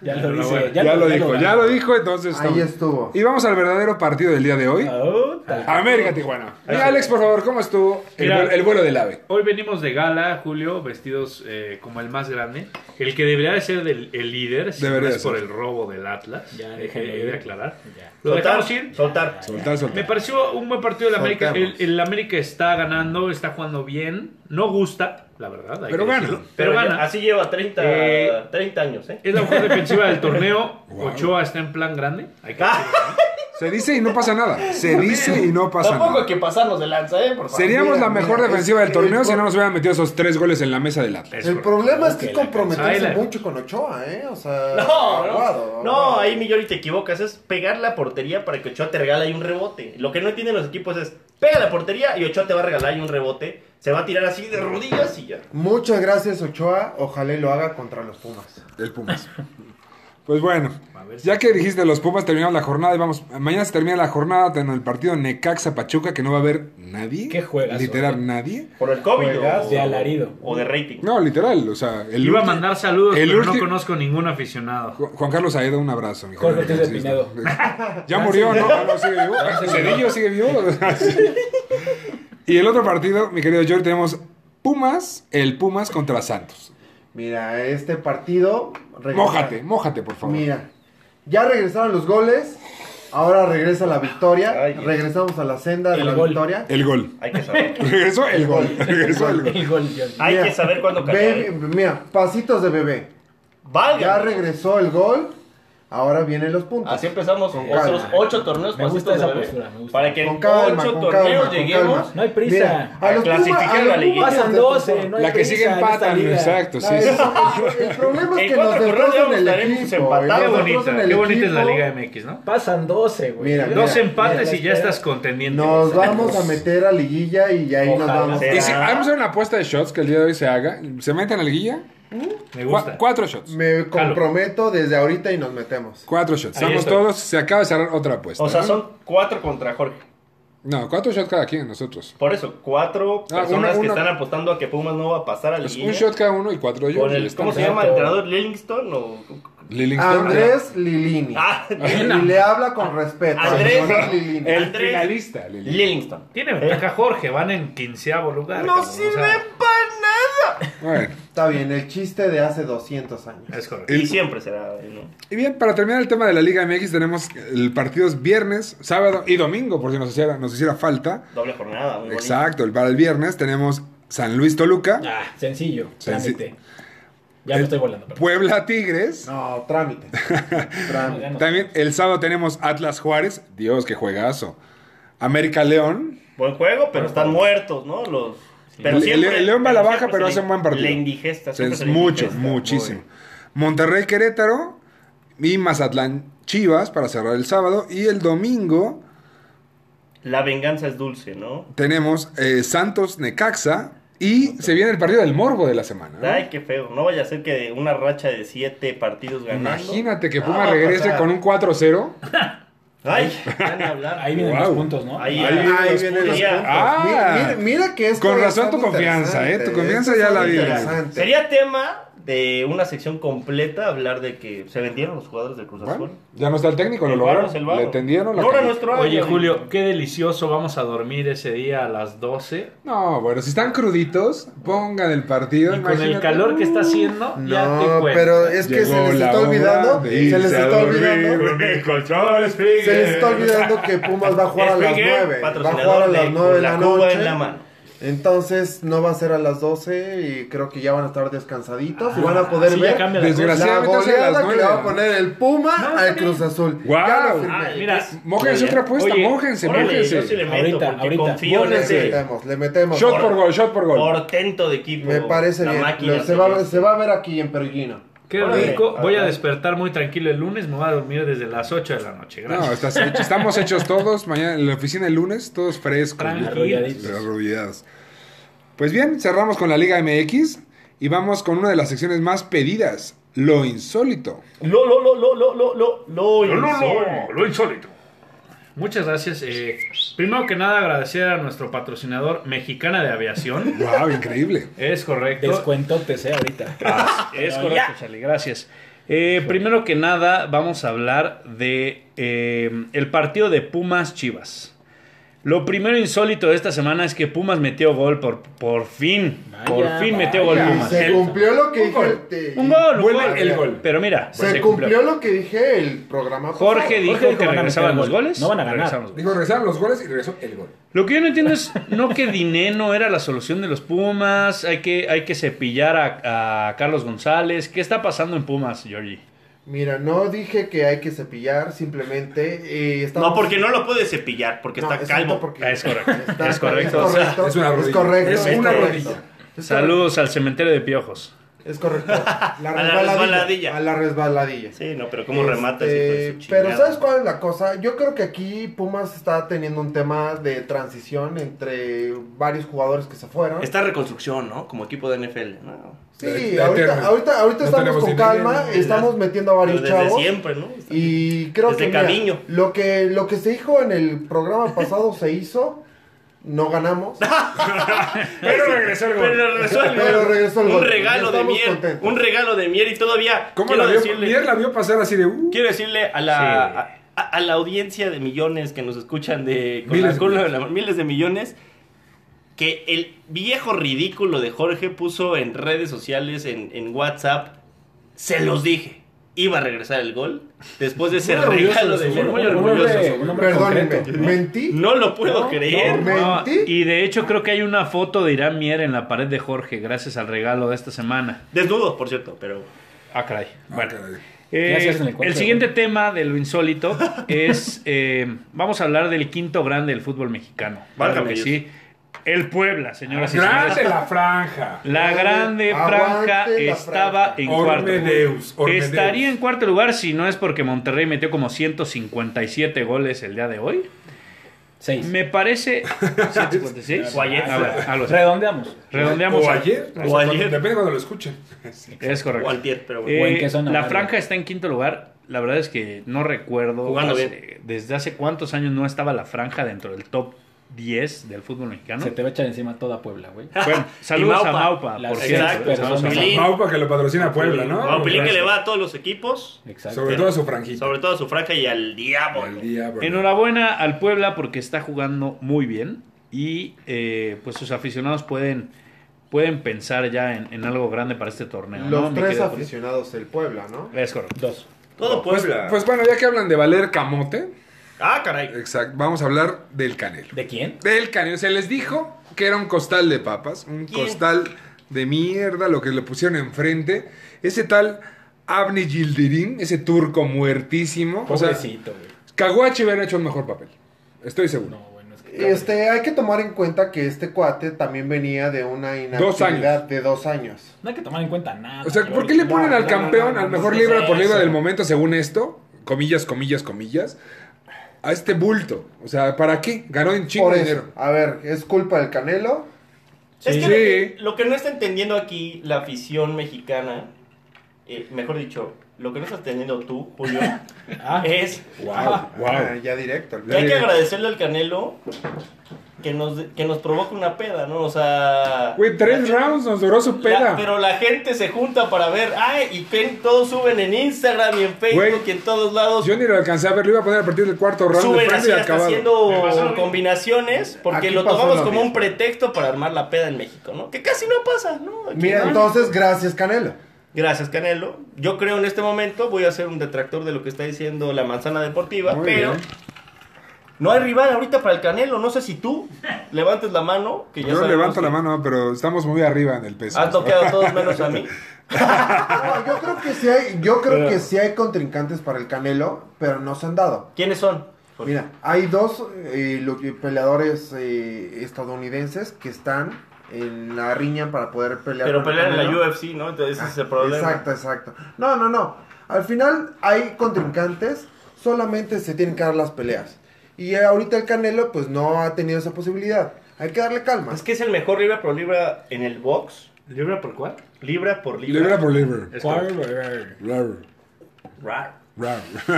Speaker 3: Ya lo
Speaker 4: Pero
Speaker 3: dice.
Speaker 4: bueno,
Speaker 1: Ya, lo dijo, ya lo dijo, entonces.
Speaker 5: Ahí
Speaker 1: estamos.
Speaker 5: estuvo.
Speaker 1: Y vamos al verdadero partido del día de hoy.
Speaker 3: Auta.
Speaker 1: América Tijuana. Y Alex, por favor, ¿cómo estuvo el,
Speaker 4: Mira.
Speaker 1: vuel- el vuelo del ave?
Speaker 4: Hoy venimos de gala, Julio, vestidos eh, como el más grande. El que debería de ser del- el líder, si
Speaker 1: Debería
Speaker 4: no es
Speaker 1: ser.
Speaker 4: por el robo del Atlas.
Speaker 3: Ya,
Speaker 4: Eh,
Speaker 3: déjenlo
Speaker 4: he de
Speaker 3: ir.
Speaker 4: aclarar.
Speaker 3: Ya.
Speaker 4: Lo
Speaker 2: Soltar,
Speaker 4: dejamos ir.
Speaker 2: soltar.
Speaker 1: Soltar,
Speaker 4: Me
Speaker 1: soltar.
Speaker 4: pareció un buen partido del América. El,
Speaker 5: Soltemos.
Speaker 4: el América está ganando, está jugando bien. No gusta, la verdad. hay
Speaker 1: Pero
Speaker 4: que
Speaker 1: gana.
Speaker 4: decirlo. Pero
Speaker 2: Pero
Speaker 4: gana.
Speaker 2: Así lleva 30,
Speaker 4: Eh,
Speaker 2: 30 años, ¿eh?
Speaker 4: Es la mejor defensiva del torneo.
Speaker 1: Wow.
Speaker 4: Ochoa está en plan grande. Hay que
Speaker 1: Se dice y no pasa nada. Se dice y no pasa
Speaker 2: Tampoco hay
Speaker 1: nada.
Speaker 2: que pasarnos de lanza, ¿eh? Por favor.
Speaker 1: Seríamos
Speaker 5: Mira,
Speaker 1: la mejor
Speaker 5: mira,
Speaker 1: defensiva
Speaker 5: es-
Speaker 1: del torneo
Speaker 5: el-
Speaker 1: si no nos hubieran metido esos tres goles en la mesa del Atlas.
Speaker 4: Es
Speaker 5: El
Speaker 4: correcto.
Speaker 5: problema es que
Speaker 3: Ok,
Speaker 5: es
Speaker 3: la
Speaker 4: Ahí
Speaker 5: comprometerse
Speaker 4: la-
Speaker 5: mucho con Ochoa, ¿eh? O sea,
Speaker 2: No,
Speaker 5: aguado,
Speaker 2: no, no,
Speaker 5: aguado.
Speaker 2: ahí Millón y te equivocas. Es pegar la portería para que Ochoa te regale ahí un rebote. Lo que no entienden los equipos es pega la portería y Ochoa te va a regalar ahí un rebote. Se va a tirar así de rodillas y ya.
Speaker 5: Muchas gracias, Ochoa. Ojalá y lo haga contra los Pumas.
Speaker 1: El Pumas. Pues bueno,
Speaker 4: A ver si-
Speaker 1: ya que dijiste los Pumas, terminamos la jornada y vamos. Mañana se termina la jornada en el partido Necaxa Pachuca, que no va a haber nadie.
Speaker 3: Qué juegazo,
Speaker 1: Literal,
Speaker 3: eh.
Speaker 1: nadie.
Speaker 2: Por el COVID
Speaker 5: Juegas
Speaker 2: o
Speaker 3: de alarido.
Speaker 2: O de rating.
Speaker 1: No, literal, o sea, el
Speaker 4: Iba a
Speaker 1: ulti-
Speaker 4: mandar saludos,
Speaker 1: el
Speaker 4: pero no
Speaker 1: ulti-
Speaker 4: conozco ningún aficionado.
Speaker 1: Ju- Juan Carlos Aedo, un abrazo. mi
Speaker 3: Jorge
Speaker 1: joven
Speaker 3: Ortiz de
Speaker 1: Francisco. Ya murió, ¿no? Ah, no, sigue vivo. Cedillo sigue vivo. y el otro partido, mi querido George, tenemos Pumas, el Pumas contra Santos.
Speaker 5: Mira, este partido... regresa-
Speaker 1: Mójate, mójate, por favor.
Speaker 5: Mira, ya regresaron los goles, ahora regresa la victoria,
Speaker 2: Ay, Dios.
Speaker 5: regresamos a la senda de
Speaker 3: El
Speaker 5: la
Speaker 3: gol.
Speaker 5: victoria.
Speaker 1: El gol.
Speaker 2: Hay que saber.
Speaker 1: Regresó el gol. Regresó el gol.
Speaker 3: El gol, Dios.
Speaker 2: Hay
Speaker 5: Mira,
Speaker 2: que saber cuándo
Speaker 5: Bebé-
Speaker 2: caer.
Speaker 5: Mira, pasitos de bebé. Ya
Speaker 2: Valga.
Speaker 5: regresó el gol, ahora vienen los puntos.
Speaker 2: Así empezamos
Speaker 5: Con
Speaker 2: otros
Speaker 5: calma.
Speaker 2: ocho torneos
Speaker 3: Me gusta
Speaker 2: pasitos
Speaker 3: esa
Speaker 2: de bebé.
Speaker 3: postura, me gusta.
Speaker 2: Para que en
Speaker 5: Con calma,
Speaker 2: ocho
Speaker 5: con
Speaker 2: torneos
Speaker 5: calma, con
Speaker 2: lleguemos.
Speaker 5: calma.
Speaker 3: No hay prisa.
Speaker 5: Mira, a los Pumas-
Speaker 2: Clasificar
Speaker 5: a los
Speaker 2: la
Speaker 5: Pumas
Speaker 2: liguilla.
Speaker 5: se
Speaker 3: Pasan
Speaker 5: les
Speaker 3: 12, no hay
Speaker 1: La que sigue
Speaker 3: prisa en esta
Speaker 1: empatan,
Speaker 3: liga.
Speaker 1: exacto, sí.
Speaker 5: Ah, eso, el problema es
Speaker 2: En
Speaker 5: que
Speaker 2: cuatro jornadas ya
Speaker 5: nos destrozan
Speaker 2: vamos
Speaker 5: el
Speaker 2: a estar en-
Speaker 5: equipo. eh.
Speaker 2: empatados.
Speaker 5: nos
Speaker 4: Qué
Speaker 5: destrozan
Speaker 4: bonita,
Speaker 5: el
Speaker 4: qué bonita es la
Speaker 5: equipo.
Speaker 4: Liga MX, ¿no?
Speaker 3: Pasan 12, güey.
Speaker 5: Mira,
Speaker 3: Yo-
Speaker 5: mira,
Speaker 4: Dos empates
Speaker 3: mira,
Speaker 4: y ya
Speaker 3: espera.
Speaker 4: estás contendiendo.
Speaker 5: Nos vamos a meter a liguilla y ahí
Speaker 3: Ojalá
Speaker 5: nos vamos.
Speaker 2: sea.
Speaker 1: Y si vamos a hacer una apuesta de shots que el día de hoy se haga, se meten al guía.
Speaker 4: Me
Speaker 1: Cua-
Speaker 4: gusta.
Speaker 1: cuatro shots.
Speaker 5: Me comprometo desde ahorita y nos metemos.
Speaker 1: Cuatro shots.
Speaker 4: Ahí
Speaker 1: Estamos
Speaker 4: estoy.
Speaker 1: todos. Se acaba de cerrar otra apuesta.
Speaker 2: O sea,
Speaker 1: ¿no?
Speaker 2: son cuatro contra Jorge.
Speaker 1: No, cuatro shots cada quien, nosotros.
Speaker 2: Por eso, cuatro
Speaker 1: Ah,
Speaker 2: personas
Speaker 1: uno,
Speaker 2: que
Speaker 1: uno.
Speaker 2: están apostando a que Pumas no va a pasar a la
Speaker 1: Pues
Speaker 2: liguilla.
Speaker 1: un shot cada uno y cuatro yo.
Speaker 2: Con
Speaker 1: y
Speaker 2: el,
Speaker 1: está.
Speaker 2: ¿Cómo se llama? ¿El
Speaker 3: Exacto.
Speaker 2: entrenador Lillingston o...?
Speaker 1: Lillingstone.
Speaker 5: Andrés Lilini.
Speaker 2: Ah,
Speaker 5: Y le habla con respeto.
Speaker 2: Andrés.
Speaker 5: Andrés Lilini.
Speaker 1: El
Speaker 2: Andrés
Speaker 1: finalista, Lillingston.
Speaker 2: Lillingston.
Speaker 4: Tiene
Speaker 5: Eh.
Speaker 4: ventaja Jorge, van en quinceavo lugar.
Speaker 2: ¡No
Speaker 4: cabrón, o sea,
Speaker 2: sirve para nada!
Speaker 1: Bueno,
Speaker 5: Está bien, el chiste de hace 200 años.
Speaker 4: Es correcto.
Speaker 2: Y
Speaker 1: el-
Speaker 2: siempre será, ¿no?
Speaker 1: y bien, para terminar el tema de la Liga MX, tenemos el partidos viernes, sábado y domingo, por si nos hiciera, nos hiciera falta.
Speaker 2: Doble jornada, muy bonito.
Speaker 1: Exacto, el para el viernes tenemos San Luis Toluca,
Speaker 3: Ah, sencillo.
Speaker 1: Senci-
Speaker 3: Trámite. Ya me
Speaker 1: El-
Speaker 3: estoy volando. perdón.
Speaker 1: Puebla Tigres.
Speaker 5: No, trámite.
Speaker 3: No, ya
Speaker 5: trámite.
Speaker 3: no.
Speaker 1: También el sábado tenemos Atlas Juárez. Dios, qué juegazo. América León.
Speaker 2: Buen juego, pero están muertos, ¿no? Los... Pero
Speaker 1: Le-
Speaker 2: siempre...
Speaker 1: Le- León va a la
Speaker 2: pero
Speaker 1: baja,
Speaker 2: siempre
Speaker 1: pero
Speaker 2: se
Speaker 1: hace
Speaker 2: le-
Speaker 1: un buen partido.
Speaker 2: Le indigesta.
Speaker 1: O sea,
Speaker 2: siempre
Speaker 1: es
Speaker 2: se le
Speaker 1: mucho,
Speaker 2: indigesta.
Speaker 1: muchísimo. Monterrey Querétaro y Mazatlán Chivas para cerrar el sábado. Y el domingo
Speaker 2: La venganza es dulce, ¿no?
Speaker 1: tenemos eh, Santos Necaxa. Y se viene el partido del morbo de la semana. ¿no?
Speaker 2: Ay, qué feo. No vaya a ser que de una racha de siete partidos ganando.
Speaker 1: Imagínate que
Speaker 2: No,
Speaker 1: Puma
Speaker 2: va a
Speaker 1: regrese
Speaker 2: pasar.
Speaker 1: con un 4-0.
Speaker 2: Ay, van a hablar.
Speaker 3: Ahí vienen
Speaker 1: Wow.
Speaker 3: los puntos, ¿no? Ah,
Speaker 2: Ahí-
Speaker 5: Ahí vienen
Speaker 2: Ahí
Speaker 5: los
Speaker 2: vienen los
Speaker 5: puntos.
Speaker 2: puntos.
Speaker 1: Ah.
Speaker 5: mira, mira- mira que es
Speaker 1: Con razón tu confianza, ¿eh? Tu confianza ya la vi.
Speaker 2: Sería tema de una sección completa hablar de que se vendieron los jugadores del Cruz Azul.
Speaker 1: Bueno, ya no está el técnico, lo
Speaker 2: El varo
Speaker 1: lograron.
Speaker 2: es el varo.
Speaker 1: Le tendieron la
Speaker 2: Ahora
Speaker 1: cami-
Speaker 2: nuestro año.
Speaker 4: Oye, Julio, qué delicioso. Vamos a dormir ese día a las 12.
Speaker 1: No, bueno, si están cruditos, pongan el partido.
Speaker 4: Y con el
Speaker 1: imagínate.
Speaker 4: calor que está haciendo, ya te
Speaker 5: No,
Speaker 4: cuento.
Speaker 5: pero es que
Speaker 1: Llegó
Speaker 5: se les
Speaker 1: la
Speaker 5: está
Speaker 1: hora
Speaker 5: olvidando.
Speaker 1: de
Speaker 5: Se les
Speaker 1: irse a
Speaker 5: está
Speaker 1: dormir.
Speaker 5: olvidando. Se les está olvidando que Pumas va a jugar a las
Speaker 2: Speaker,
Speaker 5: 9. Va a jugar a
Speaker 2: patrocinador
Speaker 5: las
Speaker 2: de
Speaker 5: 9 de la
Speaker 2: Con la Cuba en la
Speaker 5: noche.
Speaker 2: mano.
Speaker 5: Entonces no va a ser a las 12 y creo que ya van a estar descansaditos y van a poder
Speaker 4: Ah, sí, ya
Speaker 5: ver
Speaker 4: cambia la cosa.
Speaker 5: la
Speaker 1: Desgraciadamente es a las
Speaker 5: goleada que
Speaker 1: nueve,
Speaker 5: le va a
Speaker 1: ¿no?
Speaker 5: poner el Puma
Speaker 4: No,
Speaker 5: al
Speaker 4: sí.
Speaker 5: Cruz Azul. Ya
Speaker 1: Guau.
Speaker 5: lo firmé.
Speaker 4: Ah, mira,
Speaker 1: Mójense
Speaker 2: Oye,
Speaker 1: otra apuesta,
Speaker 4: oye,
Speaker 1: mójense,
Speaker 2: Órale, yo
Speaker 1: mójense.
Speaker 2: sí le meto
Speaker 3: Ahorita,
Speaker 2: porque
Speaker 3: ahorita.
Speaker 2: confío en
Speaker 5: le
Speaker 2: ese
Speaker 5: metemos, le metemos.
Speaker 1: Shot por gol, shot por gol.
Speaker 2: portento de equipo.
Speaker 5: Me parece
Speaker 2: la
Speaker 5: bien.
Speaker 2: Máquina,
Speaker 5: Lo- se, va a ver, se va a ver aquí en Perugino.
Speaker 4: Qué
Speaker 2: Órale.
Speaker 4: rico. Voy a
Speaker 2: Ajá.
Speaker 4: despertar muy tranquilo el lunes. Me voy a dormir desde las 8 de la noche. Gracias.
Speaker 1: No, estás hecho- estamos hechos todos. Mañana en la oficina el lunes, todos frescos,
Speaker 4: Tranquilos.
Speaker 1: arrullados. arrullados. Pues bien, cerramos con la Liga MX y vamos con una de las secciones más pedidas: lo insólito.
Speaker 2: Lo, lo, lo, lo, lo, lo, lo, lo,
Speaker 4: No, no,
Speaker 2: insólito.
Speaker 4: no, lo insólito. Muchas gracias. eh, primero que nada, agradecer a nuestro patrocinador mexicana de aviación.
Speaker 1: ¡Wow! Increíble.
Speaker 4: Es correcto.
Speaker 3: Descuentotes, eh, ahorita.
Speaker 4: Ah, es correcto, Charlie. Gracias. Eh, primero que nada, vamos a hablar de eh, el partido de Pumas Chivas. Lo primero insólito de esta semana es que Pumas metió gol por, por fin.
Speaker 3: Vaya,
Speaker 4: por fin metió gol
Speaker 5: Y
Speaker 4: Pumas.
Speaker 5: se
Speaker 4: El-
Speaker 5: cumplió lo que dije.
Speaker 1: gol.
Speaker 5: el-
Speaker 4: un gol, un
Speaker 1: Vuelve
Speaker 4: gol.
Speaker 1: el gol.
Speaker 4: Pero mira,
Speaker 5: Se,
Speaker 4: Pues se
Speaker 5: cumplió. lo que dije el programa. pasado.
Speaker 4: Jorge dijo
Speaker 3: Jorge dijo,
Speaker 4: que
Speaker 3: van a
Speaker 4: regresaban
Speaker 3: meter
Speaker 4: los
Speaker 3: gol.
Speaker 4: goles.
Speaker 3: No van a ganar.
Speaker 4: regresaban los goles.
Speaker 1: Dijo, regresaron los goles y regresó el gol.
Speaker 4: Lo que yo no entiendo es no que Diné no era la solución de los Pumas, hay que, hay que cepillar a, a Carlos González. ¿Qué está pasando en Pumas, Georgie?
Speaker 5: Mira, no dije que hay que cepillar, simplemente. eh, estamos-
Speaker 2: No, porque no lo puede cepillar, porque
Speaker 5: No,
Speaker 2: está
Speaker 5: exacto,
Speaker 2: calvo. Ah,
Speaker 5: porque-
Speaker 4: Es correcto,
Speaker 5: está-
Speaker 4: es correcto,
Speaker 5: Es
Speaker 4: o sea,
Speaker 5: correcto.
Speaker 1: es una rodilla.
Speaker 5: Es correcto.
Speaker 1: Es una
Speaker 5: correcto,
Speaker 1: rodilla.
Speaker 5: es
Speaker 4: Saludos al cementerio de piojos.
Speaker 5: correcto, Es correcto. La
Speaker 2: A la resbaladilla.
Speaker 5: A la resbaladilla.
Speaker 2: Sí, no, pero ¿cómo
Speaker 5: Este,
Speaker 2: rematas? hijo de su
Speaker 5: Pero
Speaker 2: chingada?
Speaker 5: ¿sabes cuál es la cosa? Yo creo que aquí Pumas está teniendo un tema de transición entre varios jugadores que se fueron.
Speaker 2: Esta reconstrucción, ¿no? Como equipo de NFL, ¿no?
Speaker 5: Sí,
Speaker 1: Eterno.
Speaker 5: ahorita, ahorita, ahorita
Speaker 1: No
Speaker 5: estamos
Speaker 1: tenemos
Speaker 5: con
Speaker 1: dinero.
Speaker 5: calma, estamos metiendo
Speaker 2: Pero
Speaker 5: a varios
Speaker 2: desde
Speaker 5: chavos.
Speaker 2: siempre, ¿no?
Speaker 5: Y creo
Speaker 2: Desde
Speaker 5: que mira,
Speaker 2: Camiño.
Speaker 5: lo que lo que se dijo en el programa pasado se hizo, no ganamos.
Speaker 1: Pero regresó el gol.
Speaker 2: Pero regresó el
Speaker 5: Pero
Speaker 2: gol.
Speaker 5: regresó el
Speaker 2: un
Speaker 5: gol.
Speaker 2: regalo de
Speaker 5: Estamos
Speaker 2: miel.
Speaker 5: contentos.
Speaker 2: Un regalo de miel y todavía.
Speaker 1: ¿Cómo
Speaker 2: quiero
Speaker 1: la vio?
Speaker 2: decirle-
Speaker 1: Mier la vio pasar así de. uh,
Speaker 2: Quiero decirle a la, a, a la audiencia de millones que nos escuchan de con
Speaker 1: Miles
Speaker 2: la
Speaker 1: de
Speaker 2: cola de
Speaker 1: millones.
Speaker 2: la- miles de millones que el viejo ridículo de Jorge puso en redes sociales, en, en WhatsApp, se los dije. Iba a regresar el gol después de ese
Speaker 3: Muy orgulloso
Speaker 2: regalo
Speaker 3: de
Speaker 2: de
Speaker 3: su gol,
Speaker 2: muy
Speaker 3: muy
Speaker 2: orgulloso.
Speaker 3: orgulloso. Un hombre
Speaker 5: Perdónenme,
Speaker 3: concreto, ¿no?
Speaker 5: mentí.
Speaker 2: No lo puedo
Speaker 3: No,
Speaker 2: creer.
Speaker 5: no,
Speaker 4: No,
Speaker 5: ¿Mentí?
Speaker 4: Ah, y de hecho creo que hay una foto de Irán Mier en la pared de Jorge gracias al regalo de esta semana.
Speaker 2: Desnudo, por cierto, pero
Speaker 4: Ah, caray. Bueno.
Speaker 1: caray.
Speaker 4: Eh,
Speaker 3: Gracias en el
Speaker 4: el,
Speaker 3: cuarto,
Speaker 4: siguiente tema de lo insólito es, eh, vamos a hablar del quinto grande del fútbol mexicano. Claro
Speaker 2: Válgame
Speaker 4: que
Speaker 2: Dios.
Speaker 4: sí. El Puebla, señoras y
Speaker 1: Grande
Speaker 4: señores.
Speaker 1: la franja.
Speaker 4: La grande franja
Speaker 5: Aguante la
Speaker 4: estaba
Speaker 5: franja.
Speaker 4: en cuarto.
Speaker 1: Ormedeus. Ormedeus.
Speaker 4: Estaría en cuarto lugar si no es porque Monterrey metió como 157 goles el día de hoy.
Speaker 3: Seis.
Speaker 4: Me parece 156.
Speaker 2: O ayer.
Speaker 4: Ah, bueno, algo así.
Speaker 3: Redondeamos.
Speaker 4: Redondeamos.
Speaker 1: O ayer.
Speaker 2: O
Speaker 1: O sea, cuando-
Speaker 2: ayer.
Speaker 1: depende cuando lo escuchen. Sí.
Speaker 4: Es correcto.
Speaker 2: o antier, pero
Speaker 4: Eh,
Speaker 2: bueno.
Speaker 3: O en qué zona,
Speaker 4: la
Speaker 3: Mario.
Speaker 4: franja está en quinto lugar. La verdad es que no recuerdo.
Speaker 2: Jugando
Speaker 4: hace-
Speaker 2: bien.
Speaker 4: Desde hace cuántos años no estaba la franja dentro del top 10 del fútbol mexicano.
Speaker 3: Se te va a echar encima toda Puebla, güey.
Speaker 4: Bueno, saludos
Speaker 2: Maupa.
Speaker 4: a Maupa,
Speaker 3: Las
Speaker 4: por
Speaker 3: seis
Speaker 4: cierto.
Speaker 2: personas.
Speaker 4: Saludos a Maupa.
Speaker 2: Pilín.
Speaker 1: Maupa que lo patrocina Puebla, ¿no?
Speaker 2: Bueno, Pilín que le va a todos los equipos,
Speaker 3: Exacto.
Speaker 1: Sobre todo a su franjita.
Speaker 2: sobre todo a su franja y al diablo.
Speaker 1: Al diablo.
Speaker 4: Enhorabuena al Puebla porque está jugando muy bien y eh, pues sus aficionados pueden, pueden pensar ya en, en algo grande para este torneo. ¿no,
Speaker 5: Los
Speaker 4: mi
Speaker 5: tres
Speaker 4: querido Julio?
Speaker 5: aficionados del Puebla, ¿no?
Speaker 4: Es correcto.
Speaker 3: Dos.
Speaker 2: Todo
Speaker 1: Pues,
Speaker 2: Puebla.
Speaker 1: pues eh, bueno, ya que hablan de Valer Camote,
Speaker 2: ah, caray.
Speaker 1: exacto, vamos a hablar del Canelo.
Speaker 3: ¿De quién?
Speaker 1: Del Canelo. Se les dijo que era un costal de papas, un
Speaker 2: ¿Quién?
Speaker 1: costal de mierda, lo que le pusieron enfrente. Ese tal Avni Yildirim, ese turco muertísimo. O sea,
Speaker 3: Pobrecito, güey.
Speaker 1: Caguachi hubiera hecho un mejor papel. Estoy seguro.
Speaker 3: No, bueno, es que.
Speaker 5: Este, hay que tomar en cuenta que este cuate también venía de una inactividad de dos años.
Speaker 3: No hay que tomar en cuenta nada.
Speaker 1: O sea,
Speaker 3: güey.
Speaker 1: ¿por qué le
Speaker 5: No,
Speaker 1: ponen
Speaker 5: no,
Speaker 1: al
Speaker 5: no,
Speaker 1: campeón,
Speaker 5: no,
Speaker 1: al
Speaker 5: no,
Speaker 1: mejor
Speaker 3: no,
Speaker 1: libra
Speaker 3: no,
Speaker 1: por
Speaker 3: no,
Speaker 1: libra
Speaker 3: no.
Speaker 1: del momento, según esto? Comillas, comillas, comillas. A este bulto. O sea, ¿para qué? Ganó en chingo
Speaker 5: Por
Speaker 1: de
Speaker 5: eso,
Speaker 1: dinero.
Speaker 5: a ver, ¿es culpa del Canelo?
Speaker 2: Es
Speaker 1: Sí.
Speaker 2: que lo que, lo que no está entendiendo aquí la afición mexicana, eh, mejor dicho, lo que no estás entendiendo tú, Julio,
Speaker 3: Ah,
Speaker 2: es
Speaker 1: Wow,
Speaker 5: Ah,
Speaker 1: wow.
Speaker 5: ya directo.
Speaker 2: que hay que
Speaker 1: Dale.
Speaker 2: agradecerle al Canelo que nos, que nos provoca una peda, ¿no? O sea...
Speaker 1: Güey, tres
Speaker 2: la-
Speaker 1: rounds nos duró su
Speaker 2: la-
Speaker 1: peda.
Speaker 2: pero la gente se junta para ver, ay, y pen- todos suben en Instagram y en Facebook
Speaker 1: Güey,
Speaker 2: y en todos lados.
Speaker 1: Yo ni lo alcancé a ver, lo iba a poner a partir del cuarto round de
Speaker 2: Suben
Speaker 1: frente
Speaker 2: así
Speaker 1: y
Speaker 2: hasta
Speaker 1: acabado.
Speaker 4: Me pasó lo
Speaker 2: haciendo
Speaker 4: mismo.
Speaker 2: combinaciones porque
Speaker 5: Aquí
Speaker 2: lo
Speaker 5: pasó
Speaker 2: tomamos
Speaker 5: lo
Speaker 2: como un
Speaker 5: mismo.
Speaker 2: pretexto para armar la peda en México, ¿no? Que casi no pasa, ¿no? Aquí
Speaker 5: Mira,
Speaker 2: no.
Speaker 5: entonces, gracias Canelo.
Speaker 2: Gracias, Canelo. Yo creo en este momento voy a ser un detractor de lo que está diciendo la manzana deportiva,
Speaker 1: Muy
Speaker 2: pero
Speaker 1: bien.
Speaker 2: no hay rival ahorita para el Canelo. No sé si tú levantes la mano, que ya
Speaker 1: Yo
Speaker 2: sabemos
Speaker 1: levanto la
Speaker 2: que
Speaker 1: mano, pero estamos muy arriba en el peso.
Speaker 2: Has toqueado a todos menos a mí.
Speaker 5: No, yo creo que sí hay, yo creo que sí hay contrincantes para el Canelo, pero no se han dado.
Speaker 2: ¿Quiénes son?
Speaker 5: Mira, hay dos eh, lu- peleadores eh, estadounidenses que están en la riña para poder pelear.
Speaker 2: Pero
Speaker 5: con el
Speaker 2: pelear en la
Speaker 5: Canelo.
Speaker 2: UFC, ¿no? Entonces ese es el problema.
Speaker 5: Exacto, exacto. No, no, no. Al final hay contrincantes, solamente se tienen que dar las peleas. Y ahorita el Canelo pues no ha tenido esa posibilidad. Hay que darle calma.
Speaker 2: Es que es el mejor libra por libra en el box.
Speaker 4: ¿Libra por cuál?
Speaker 2: Libra por libra.
Speaker 1: Libra por libra.
Speaker 3: Quarter.
Speaker 1: Rar,
Speaker 2: Rar.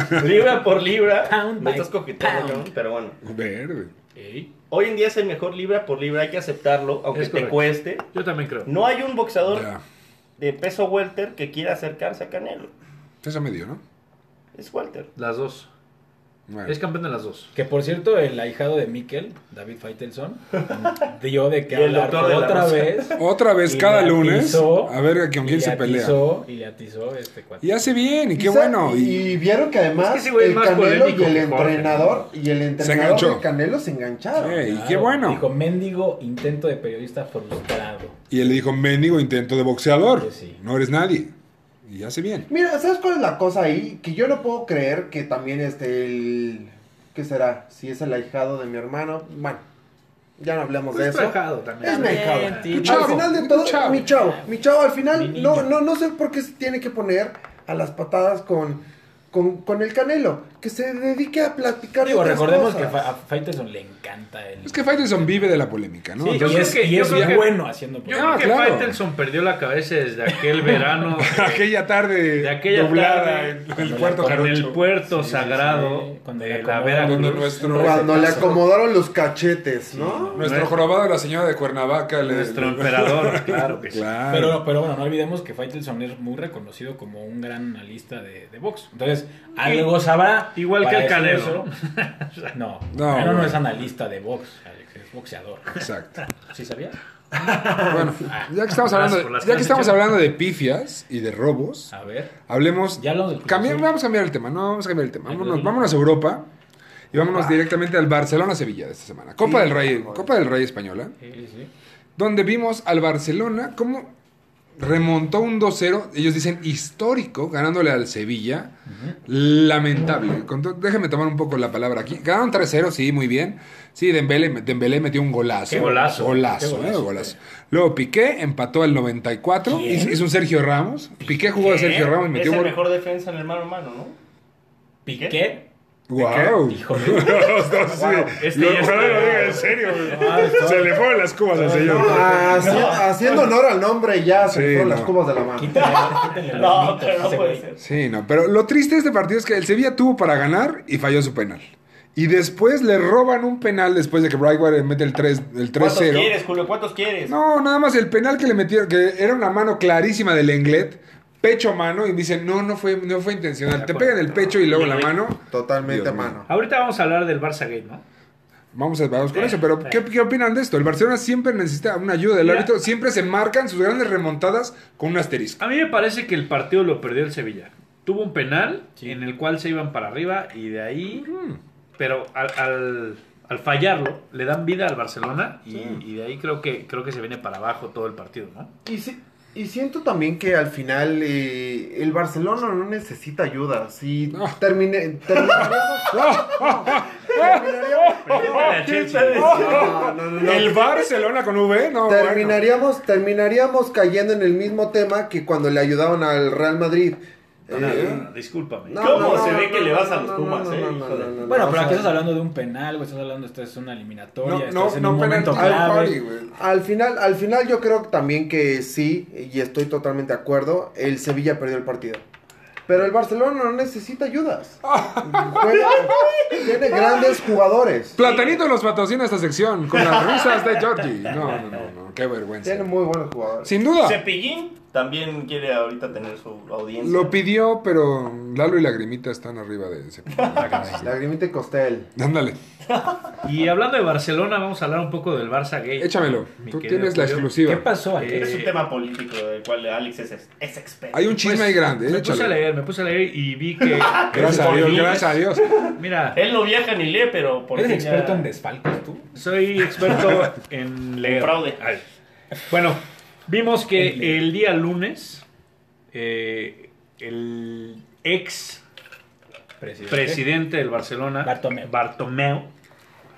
Speaker 1: rar.
Speaker 2: Libra por libra.
Speaker 3: Pound
Speaker 2: Me
Speaker 3: by
Speaker 2: estás coqueteando, cabrón,
Speaker 3: pound.
Speaker 2: pero bueno.
Speaker 1: Verde.
Speaker 3: Ey.
Speaker 2: Hoy en día es el mejor libra por libra, hay que aceptarlo, aunque
Speaker 4: Es
Speaker 2: te
Speaker 4: correcto.
Speaker 2: cueste.
Speaker 4: Yo también creo.
Speaker 2: No hay un boxeador
Speaker 1: Ya.
Speaker 2: de peso welter que quiera acercarse a Canelo.
Speaker 1: Peso medio, ¿no?
Speaker 2: Es welter.
Speaker 4: Las dos.
Speaker 1: Bueno.
Speaker 4: Es campeón de las dos.
Speaker 3: Que por cierto, el ahijado de Miquel, David Faitelson, dio de que
Speaker 2: Y el
Speaker 3: hablar
Speaker 2: doctor de la
Speaker 3: otra
Speaker 2: Rosa.
Speaker 3: vez.
Speaker 1: Otra vez
Speaker 3: Y
Speaker 1: cada
Speaker 3: le
Speaker 1: lunes.
Speaker 3: atizó,
Speaker 1: a ver con
Speaker 3: y
Speaker 1: quién
Speaker 3: le
Speaker 1: se pelea.
Speaker 3: atizó, y le atizó este cuate.
Speaker 1: Y hace bien, y qué
Speaker 5: sa-
Speaker 1: bueno.
Speaker 5: Y,
Speaker 1: Y,
Speaker 5: vieron que además
Speaker 4: Es que ese güey es
Speaker 5: el
Speaker 4: más
Speaker 5: Canelo y
Speaker 4: polémico
Speaker 5: el
Speaker 4: que Jorge.
Speaker 5: entrenador y el entrenador
Speaker 1: enganchó.
Speaker 5: del Canelo se engancharon.
Speaker 1: Sí, eh, y
Speaker 3: Claro,
Speaker 1: qué bueno.
Speaker 3: Dijo, mendigo intento de periodista frustrado.
Speaker 1: y él le dijo, mendigo intento de boxeador.
Speaker 3: Pues sí.
Speaker 1: No eres nadie. Y hace bien.
Speaker 5: Mira, ¿sabes cuál es la cosa ahí? Que yo no puedo creer que también este el ¿qué será? Si es el ahijado de mi hermano. Bueno, ya no hablemos
Speaker 4: Pues
Speaker 5: de eso.
Speaker 4: también.
Speaker 5: Es mi ahijado.
Speaker 3: tío.
Speaker 5: Al
Speaker 1: chavo,
Speaker 5: final de
Speaker 1: tu
Speaker 5: todo,
Speaker 1: chavo.
Speaker 5: mi chavo, mi chavo, al final
Speaker 3: Mi
Speaker 5: no,
Speaker 3: niño.
Speaker 5: no, no sé por qué se tiene que poner a las patadas con, con, con el canelo. Que se dedique a platicar de
Speaker 3: Digo,
Speaker 5: otras
Speaker 3: recordemos
Speaker 5: cosas.
Speaker 3: que fa- a Faitelson le encanta el...
Speaker 1: Es que Faitelson vive de la polémica, ¿no?
Speaker 3: Sí,
Speaker 1: Entonces,
Speaker 3: y es,
Speaker 4: creo que-
Speaker 3: y
Speaker 4: yo
Speaker 3: es
Speaker 4: creo que-
Speaker 3: bueno haciendo
Speaker 4: Yo
Speaker 1: Ah,
Speaker 4: creo que
Speaker 1: claro.
Speaker 4: Faitelson perdió la cabeza desde aquel verano.
Speaker 1: aquella tarde
Speaker 4: De aquella
Speaker 1: doblada
Speaker 4: tarde,
Speaker 1: en el
Speaker 3: la
Speaker 1: puerto
Speaker 4: en eh, el
Speaker 1: Jarocho.
Speaker 4: puerto
Speaker 3: Sí,
Speaker 4: sagrado
Speaker 3: sí, sí. Cuando
Speaker 4: de
Speaker 3: le
Speaker 4: la
Speaker 3: acomodan.
Speaker 4: Veracruz.
Speaker 1: Cuando nuestro,
Speaker 5: Cuando le acomodaron los cachetes, ¿no?
Speaker 1: nuestro jorobado de la señora de Cuernavaca le...
Speaker 4: Nuestro emperador, claro que sí.
Speaker 1: Claro.
Speaker 3: Pero, pero bueno, no olvidemos que Faitelson es muy reconocido como un gran analista de, de box. Entonces, algo sabrá.
Speaker 4: Igual que
Speaker 3: para
Speaker 4: el
Speaker 3: decir
Speaker 4: Canelo.
Speaker 3: eso. No,
Speaker 1: No,
Speaker 3: Canelo no
Speaker 1: güey.
Speaker 3: es analista de box. Alex, es Boxeador.
Speaker 1: Exacto.
Speaker 3: ¿Sí sabía?
Speaker 1: Bueno, ya que estamos hablando,
Speaker 4: por las
Speaker 1: ya que
Speaker 4: clases,
Speaker 1: estamos
Speaker 4: chavo.
Speaker 1: hablando de pifias y de robos,
Speaker 3: A ver.
Speaker 1: hablemos.
Speaker 3: Ah. Ya hablamos del Cruz
Speaker 1: cambi-
Speaker 3: Azul.
Speaker 1: vamos a cambiar el tema, no vamos a cambiar el tema.
Speaker 3: Ay,
Speaker 1: Vámonos,
Speaker 3: Dios.
Speaker 1: vámonos a Europa y vámonos directamente al Barcelona-Sevilla de esta semana. Copa
Speaker 5: Sí,
Speaker 1: del Rey,
Speaker 5: joder.
Speaker 1: Copa del Rey española,
Speaker 3: Sí, sí.
Speaker 1: donde vimos al Barcelona cómo remontó un 2-0, ellos dicen histórico, ganándole al Sevilla. Lamentable. Con to- Déjame tomar un poco la palabra aquí. Ganaron 3-0, sí, muy bien. Sí, Dembélé, Dembélé metió un golazo.
Speaker 4: Qué golazo.
Speaker 1: Golazo,
Speaker 3: Qué golazo.
Speaker 1: eh, golazo. Luego Piqué empató al 94.
Speaker 4: ¿Quién?
Speaker 1: Hizo, hizo un Sergio Ramos. Piqué jugó de Sergio Ramos y
Speaker 2: Es
Speaker 1: metió un
Speaker 2: el
Speaker 1: gol.
Speaker 2: mejor defensa en el mano a mano, ¿no?
Speaker 3: Piqué.
Speaker 1: ¡Wow!
Speaker 3: Híjole.
Speaker 4: Este ya está-
Speaker 1: en serio. Se le fueron las cubas al
Speaker 5: Ah, haci- Haciendo honor al nombre ya se
Speaker 1: Sí,
Speaker 5: me fueron
Speaker 1: no.
Speaker 5: las cubas de la mano.
Speaker 3: Quítenle, quítenle los
Speaker 2: No,
Speaker 3: mitos
Speaker 2: pero
Speaker 3: a
Speaker 2: no
Speaker 3: ese
Speaker 2: puede
Speaker 3: güey.
Speaker 2: ser.
Speaker 1: Sí, no, pero lo triste de este partido es que el Sevilla tuvo para ganar y falló su penal. Y después le roban un penal después de que Brightwater mete el 3 el
Speaker 2: ¿Cuántos
Speaker 1: 3-0.
Speaker 2: quieres, Julio? ¿Cuántos quieres?
Speaker 1: No, nada más el penal que le metieron, que era una mano clarísima del Englet, pecho a mano, y dicen, no, no fue, no fue intencional. Te pegan el pecho y luego la mano.
Speaker 5: Totalmente
Speaker 1: Dios
Speaker 5: a mano.
Speaker 4: Ahorita vamos a hablar del Barça Gate, ¿no?
Speaker 1: Vamos a vamos con eso, pero ¿qué, qué opinan de esto? El Barcelona siempre necesita una ayuda del
Speaker 4: Mira.
Speaker 1: árbitro, siempre se marcan sus grandes remontadas con un asterisco.
Speaker 4: A mí me parece que el partido lo perdió el Sevilla. Tuvo un penal en el cual se iban para arriba y de ahí, pero al, al- al fallarlo, le dan vida al Barcelona y, y de ahí creo que, creo que se viene para abajo todo el partido, ¿no?
Speaker 5: Y, si- y siento también que al final eh, el Barcelona no necesita ayuda. Si
Speaker 1: No.
Speaker 3: Ah.
Speaker 5: termine, terminaríamos- No, no, no, no.
Speaker 1: El Barcelona con V, no. bueno.
Speaker 5: Terminaríamos, terminaríamos cayendo en el mismo tema que cuando le ayudaban al Real Madrid.
Speaker 4: No,
Speaker 5: Eh,
Speaker 4: no, no, no, discúlpame.
Speaker 5: no,
Speaker 2: ¿Cómo?
Speaker 5: no,
Speaker 2: Se
Speaker 5: no,
Speaker 2: ve
Speaker 5: no,
Speaker 2: que le vas a
Speaker 5: no,
Speaker 2: los
Speaker 5: no,
Speaker 2: Pumas,
Speaker 5: no,
Speaker 2: ¿eh?
Speaker 5: no, no,
Speaker 2: Hijo de-
Speaker 5: no, no,
Speaker 3: Bueno,
Speaker 5: o
Speaker 3: pero aquí
Speaker 5: sea,
Speaker 3: estás hablando de un penal, güey. Estás hablando, esto es una eliminatoria.
Speaker 1: No, no,
Speaker 3: estás en
Speaker 1: no,
Speaker 3: un momento
Speaker 1: penal, al
Speaker 3: clave.
Speaker 1: party, güey.
Speaker 5: Al final, al final yo creo también que sí, y estoy totalmente de acuerdo, el Sevilla perdió el partido. Pero el Barcelona no necesita ayudas.
Speaker 3: Ah.
Speaker 5: Juega- tiene grandes jugadores.
Speaker 1: Platanito nos patrocina esta sección con las risas de Georgie. No, no, no, no, qué vergüenza.
Speaker 5: Tiene muy buenos jugadores.
Speaker 1: Sin duda.
Speaker 2: Cepillín también quiere ahorita tener su audiencia.
Speaker 1: Lo pidió, pero Lalo y Lagrimita están arriba de ese.
Speaker 5: Lagrimita y Costel.
Speaker 1: Ándale,
Speaker 4: Y hablando de Barcelona, vamos a hablar un poco del Barça Gate.
Speaker 1: échamelo.
Speaker 4: Mi
Speaker 1: Tú
Speaker 4: querido
Speaker 1: tienes la
Speaker 4: Julio.
Speaker 1: exclusiva.
Speaker 3: ¿Qué pasó aquí?
Speaker 2: Es un
Speaker 4: Eh,
Speaker 2: tema político del cual Alex es, ex- es experto.
Speaker 1: Hay un chisme ahí grande,
Speaker 4: Pues, Me puse a
Speaker 1: échale.
Speaker 4: leer, me puse a leer y vi que...
Speaker 1: Gracias a
Speaker 4: por
Speaker 1: Dios,
Speaker 4: fin-
Speaker 1: gracias a Dios.
Speaker 4: Mira,
Speaker 2: Él no viaja ni lee, pero por
Speaker 3: ¿Eres
Speaker 2: fin ya-
Speaker 3: experto en desfalcos tú?
Speaker 4: Soy experto en leer.
Speaker 2: fraude.
Speaker 4: Ay. Bueno, vimos que el día lunes, eh, el ex
Speaker 3: Presidente.
Speaker 4: presidente del Barcelona,
Speaker 3: Bartomeu.
Speaker 4: Bartomeu,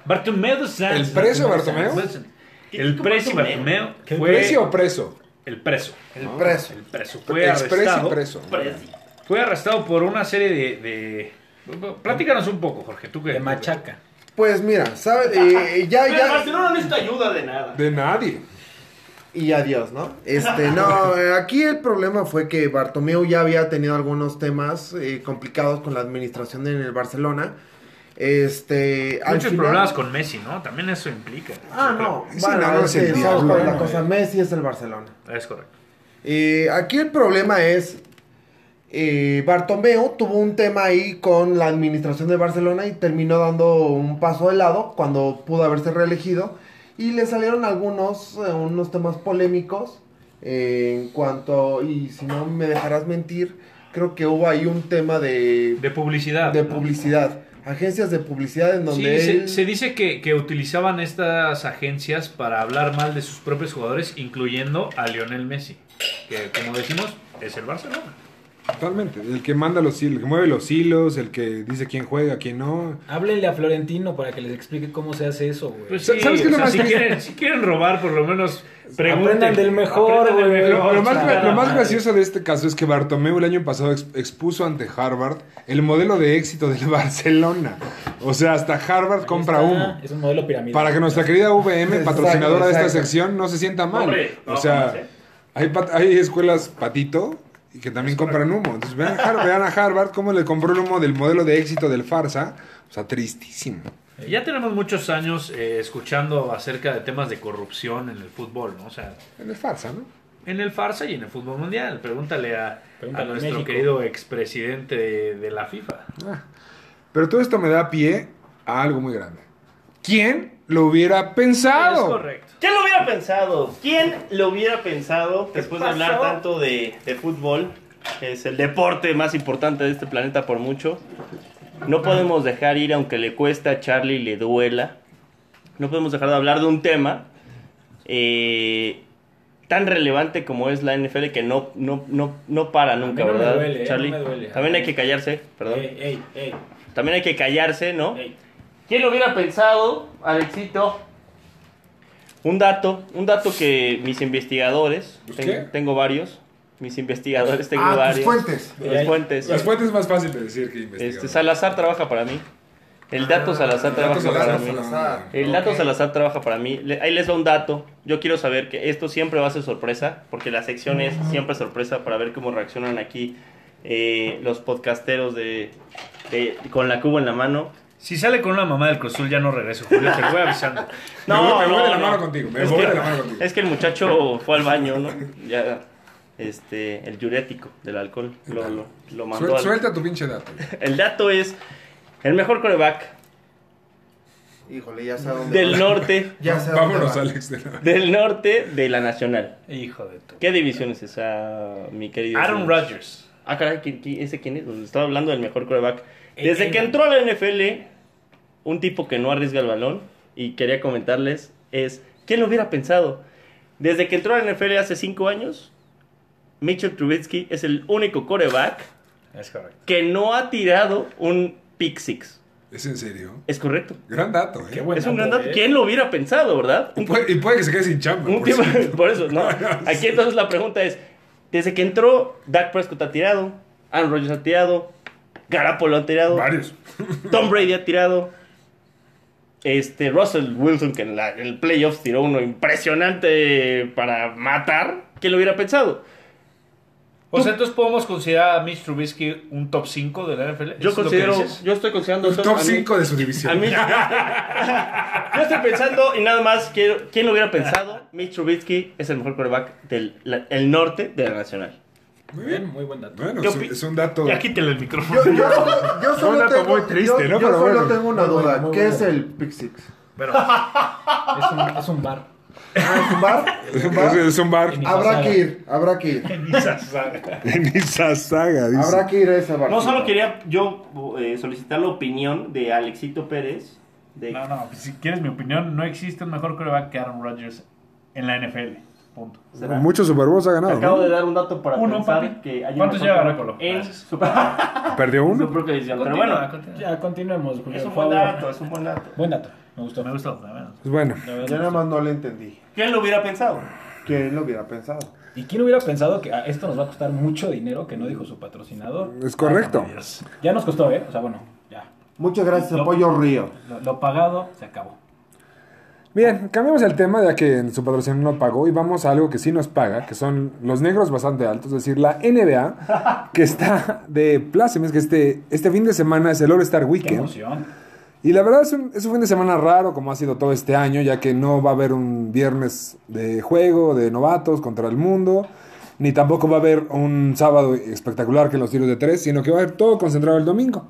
Speaker 4: Bartomeu Sanz.
Speaker 1: ¿El preso Bartomeu?
Speaker 4: El preso Bartomeu
Speaker 3: ¿Qué
Speaker 4: fue
Speaker 1: ¿Precio o preso?
Speaker 4: el preso.
Speaker 5: El
Speaker 3: Ah.
Speaker 5: preso.
Speaker 4: El preso fue
Speaker 1: Expreso
Speaker 4: arrestado.
Speaker 1: y preso.
Speaker 2: Presi-
Speaker 4: Fue arrestado por una serie de, de- Platícanos un poco, Jorge. ¿Tú qué?
Speaker 3: De
Speaker 4: tú qué-
Speaker 3: machaca.
Speaker 5: Pues mira, ¿sabes? Eh, ya,
Speaker 2: Pero el
Speaker 5: ya.
Speaker 2: Barcelona no necesita ayuda de nada.
Speaker 1: De nadie.
Speaker 5: Y adiós, ¿no? Este, no, eh, aquí el problema fue que Bartomeu ya había tenido algunos temas eh, complicados con la administración en el Barcelona. Este, al
Speaker 4: Muchos
Speaker 5: final-
Speaker 4: problemas con Messi, ¿no? También eso implica.
Speaker 5: Ah, no.
Speaker 1: Ese
Speaker 5: Bueno,
Speaker 1: enano
Speaker 5: es
Speaker 1: es el
Speaker 5: que,
Speaker 1: diablo,
Speaker 5: ¿sabes cuál es
Speaker 1: ¿no?
Speaker 5: la cosa? Messi es el Barcelona.
Speaker 4: Es correcto.
Speaker 5: Eh, aquí el problema es. eh, Bartomeu tuvo un tema ahí con la administración de Barcelona y terminó dando un paso de lado cuando pudo haberse reelegido. Y le salieron algunos eh, unos temas polémicos eh, en cuanto. Y si no me dejarás mentir, creo que hubo ahí un tema de,
Speaker 4: De publicidad.
Speaker 5: de
Speaker 4: ¿no?
Speaker 5: publicidad. Agencias de publicidad en
Speaker 4: Sí,
Speaker 5: donde.
Speaker 4: se,
Speaker 5: él-
Speaker 4: se dice que, que utilizaban estas agencias para hablar mal de sus propios jugadores, incluyendo a Lionel Messi, que como decimos es el Barcelona.
Speaker 1: Totalmente. El que manda los hilos, el que mueve los hilos, el que dice quién juega, quién no.
Speaker 3: Háblenle a Florentino para que les explique cómo se hace eso, güey.
Speaker 4: Pues
Speaker 1: ¿Sabes
Speaker 4: sí,
Speaker 1: qué es
Speaker 4: o
Speaker 1: lo
Speaker 4: sea,
Speaker 1: más
Speaker 4: si,
Speaker 1: triste?
Speaker 4: quieren, si quieren robar, por lo menos pregunten.
Speaker 3: Aprendan del mejor,
Speaker 4: Aprendan del
Speaker 3: güey.
Speaker 4: mejor,
Speaker 1: Lo, lo más,
Speaker 4: chingada
Speaker 1: lo más
Speaker 4: madre.
Speaker 1: gracioso de este caso es que Bartomeu el año pasado ex- expuso ante Harvard el modelo de éxito del Barcelona. O sea, hasta Harvard
Speaker 3: Ahí
Speaker 1: compra
Speaker 3: está,
Speaker 1: humo.
Speaker 3: Es un modelo piramidal.
Speaker 1: Para que nuestra querida VM,
Speaker 5: Exacto,
Speaker 1: patrocinadora de esta
Speaker 5: exacto.
Speaker 1: sección, no se sienta mal.
Speaker 2: Hombre,
Speaker 1: o
Speaker 2: no, no
Speaker 1: sea,
Speaker 2: sé.
Speaker 1: hay, pat- hay escuelas patito y que también compran humo. Entonces, vean, a Har- vean a Harvard cómo le compró el humo del modelo de éxito del farsa. O sea, tristísimo.
Speaker 4: Eh, Ya tenemos muchos años eh, escuchando acerca de temas de corrupción en el fútbol, ¿no? O sea,
Speaker 1: El farsa, ¿no?
Speaker 4: en el Farsa y en el fútbol mundial. Pregúntale a,
Speaker 3: Pregúntale
Speaker 4: a
Speaker 3: a
Speaker 4: nuestro
Speaker 3: México.
Speaker 4: querido expresidente de, de la FIFA.
Speaker 1: Pero todo esto me da pie a algo muy grande. ¿Quién lo hubiera
Speaker 6: Es
Speaker 2: Ah, oh.
Speaker 1: pensado.
Speaker 6: correcto.
Speaker 2: ¿Quién lo hubiera pensado? ¿Quién lo hubiera pensado después de hablar
Speaker 6: pasó?
Speaker 2: tanto de, de fútbol? que es el deporte más importante de este planeta por mucho. No podemos dejar ir, aunque le cuesta a Charlie y le duela. No podemos dejar de hablar de un tema eh, tan relevante como es la NFL que no, no, no, no para nunca,
Speaker 3: no me
Speaker 2: ¿verdad?
Speaker 3: duele, eh,
Speaker 2: Charlie.
Speaker 3: no me duele. Eh.
Speaker 2: También hay que callarse, perdón.
Speaker 3: Ey, ey, ey,
Speaker 2: También hay que callarse, ¿no?
Speaker 3: ey.
Speaker 6: ¿Quién lo hubiera pensado, Alexito?
Speaker 2: Un dato, un dato que mis investigadores,
Speaker 1: ¿Los
Speaker 2: ten-
Speaker 1: qué?
Speaker 2: tengo, varios, mis investigadores, tengo
Speaker 5: Ah, tus
Speaker 2: varios.
Speaker 5: fuentes.
Speaker 2: Las fuentes.
Speaker 1: Las fuentes es más fácil de decir que investigar.
Speaker 2: Este, Salazar trabaja para mí. El dato Salazar
Speaker 5: Ah,
Speaker 2: trabaja
Speaker 1: Salazar,
Speaker 2: para
Speaker 1: dato
Speaker 2: mí. Eh,
Speaker 1: Salazar.
Speaker 2: El dato
Speaker 6: Ok.
Speaker 2: Salazar trabaja para mí. Le- ahí les va un dato. Yo quiero saber que esto siempre va a ser sorpresa, porque la sección es siempre sorpresa para ver cómo reaccionan aquí eh, los podcasteros de, de- con la cuba en la mano.
Speaker 4: Si sale con una mamá del Cruz Azul, ya no regreso, Julio, te voy avisando.
Speaker 1: Me voy- me voy de la mano contigo, me
Speaker 2: es
Speaker 1: voy
Speaker 2: que,
Speaker 1: de la mano contigo.
Speaker 2: Es que el muchacho fue al baño, ¿no? Ya, este, el diurético del alcohol lo, lo, lo mandó
Speaker 1: Suel-
Speaker 2: al-
Speaker 1: Suelta tu pinche dato.
Speaker 2: El dato es el mejor coreback
Speaker 5: Híjole, ya sé a dónde.
Speaker 2: del
Speaker 5: va.
Speaker 2: norte,
Speaker 5: Ya sé a dónde.
Speaker 1: Vámonos,
Speaker 5: va.
Speaker 1: Alex. De la...
Speaker 2: del norte de la nacional.
Speaker 4: Hijo de tu.
Speaker 2: ¿Qué división es esa, mi querido?
Speaker 4: Aaron Rodgers.
Speaker 2: Ah, caray, ¿quién- quién- ¿ese quién es? Pues Estaba hablando del mejor coreback.
Speaker 3: En-
Speaker 2: Desde
Speaker 3: en-
Speaker 2: que entró a la NFL, un tipo que no arriesga el balón, y quería comentarles, es, ¿quién lo hubiera pensado? Desde que entró a la NFL hace cinco años, Mitchell Trubisky es el único coreback
Speaker 4: Es correcto.
Speaker 2: que no ha tirado un pick six.
Speaker 1: Es en serio.
Speaker 2: Es correcto.
Speaker 1: Gran dato, ¿eh?
Speaker 3: Qué buen
Speaker 2: Es un gran
Speaker 3: dato,
Speaker 2: dato.
Speaker 3: eh.
Speaker 2: ¿Quién lo hubiera pensado, verdad?
Speaker 1: Y puede, y puede que se quede sin chamba.
Speaker 2: Un
Speaker 1: por
Speaker 2: tipo-
Speaker 1: cierto.
Speaker 2: por eso, ¿no? Aquí entonces la pregunta es, desde que entró, Dak Prescott ha tirado, Aaron Rodgers ha tirado, Garapolo ha tirado,
Speaker 1: Varios.
Speaker 2: Tom Brady ha tirado, este Russell Wilson, que en, la- en el playoffs tiró uno impresionante para matar, ¿quién lo hubiera pensado?
Speaker 4: O sea, entonces podemos considerar a Mitch Trubisky un top 5 de la NFL. ¿Es
Speaker 2: Yo
Speaker 4: lo que
Speaker 2: considero,
Speaker 4: dices?
Speaker 2: yo estoy considerando...
Speaker 1: Un
Speaker 2: eso
Speaker 1: top
Speaker 2: a mí-
Speaker 1: 5 de su
Speaker 2: a
Speaker 1: división.
Speaker 2: mí- yo estoy pensando, y nada más, quiero, ¿quién lo hubiera pensado? Mitch Trubisky es el mejor quarterback del la- el norte de la nacional.
Speaker 1: Muy
Speaker 3: Bien,
Speaker 1: bien.
Speaker 3: muy buen dato.
Speaker 1: Bueno,
Speaker 4: Yo
Speaker 1: es un-
Speaker 4: pi-
Speaker 1: es un dato.
Speaker 4: Ya quítale el micrófono.
Speaker 5: Yo, yo, solo- yo solo,
Speaker 1: dato
Speaker 5: tengo,
Speaker 1: muy triste,
Speaker 5: yo,
Speaker 1: ¿no?
Speaker 5: yo
Speaker 1: Pero
Speaker 5: solo
Speaker 1: bueno.
Speaker 5: tengo una
Speaker 3: Muy
Speaker 5: duda.
Speaker 3: bueno, muy
Speaker 5: ¿Qué
Speaker 3: bueno.
Speaker 5: es el Pick Six?
Speaker 4: Bueno,
Speaker 3: Es un, es un bar.
Speaker 5: Ah, ¿es un bar? ¿Es un bar?
Speaker 1: Es, es un bar.
Speaker 3: En
Speaker 5: Habrá
Speaker 3: Izazaga.
Speaker 5: que ir, habrá que ir.
Speaker 4: ni se sabe.
Speaker 1: En esa saga, dice.
Speaker 5: Habrá que ir a ese bar.
Speaker 2: No solo quería yo eh, solicitar la opinión de Alexito Pérez. De...
Speaker 4: No, no, si quieres mi opinión, no existe un mejor coreback que Aaron Rodgers en la NFL. Punto.
Speaker 2: Será.
Speaker 1: Muchos Super Bowls ha
Speaker 2: Te
Speaker 1: ganado.
Speaker 2: acabo
Speaker 1: ¿no?
Speaker 2: de dar un dato para
Speaker 4: Uno,
Speaker 2: pensar
Speaker 4: papi.
Speaker 2: que hay un
Speaker 4: ¿Cuántos
Speaker 2: mejor
Speaker 4: lleva
Speaker 2: coreback
Speaker 4: Garapolo?
Speaker 2: en
Speaker 4: Gracias.
Speaker 2: Ah, su, su
Speaker 1: Perdió uno.
Speaker 2: propia división. Pero bueno,
Speaker 3: Ya, continuemos, Julio.
Speaker 2: es un
Speaker 3: por
Speaker 2: buen
Speaker 3: favor.
Speaker 2: dato, es un buen dato.
Speaker 3: Buen dato. Me gustó.
Speaker 4: Me gusta la menos.
Speaker 1: Pues bueno.
Speaker 3: La verdad
Speaker 5: Yo
Speaker 3: me
Speaker 5: nada
Speaker 3: gustó.
Speaker 5: más no le entendí.
Speaker 2: ¿Quién lo hubiera pensado?
Speaker 5: ¿Quién lo hubiera pensado?
Speaker 3: ¿Y quién hubiera pensado que ah, esto nos va a costar mucho dinero que no dijo su patrocinador?
Speaker 1: Es correcto.
Speaker 3: Ya nos costó, ¿eh? O sea, bueno, ya.
Speaker 5: Muchas gracias,
Speaker 3: No.
Speaker 5: Apoyo Río.
Speaker 3: Lo, lo pagado se acabó.
Speaker 1: Bien, cambiamos el tema ya que en su patrocinio no pagó y vamos a algo que sí nos paga, que son los negros bastante altos, es decir, la NBA, que está de plácemes, que este, este fin de semana es el All Star
Speaker 3: Qué
Speaker 1: Weekend.
Speaker 3: emoción.
Speaker 1: Y la verdad es un, es un fin de semana raro, como ha sido todo este año, ya que no va a haber un viernes de juego de novatos contra el mundo, ni tampoco va a haber un sábado espectacular que los tiros de tres, sino que va a haber todo concentrado el domingo.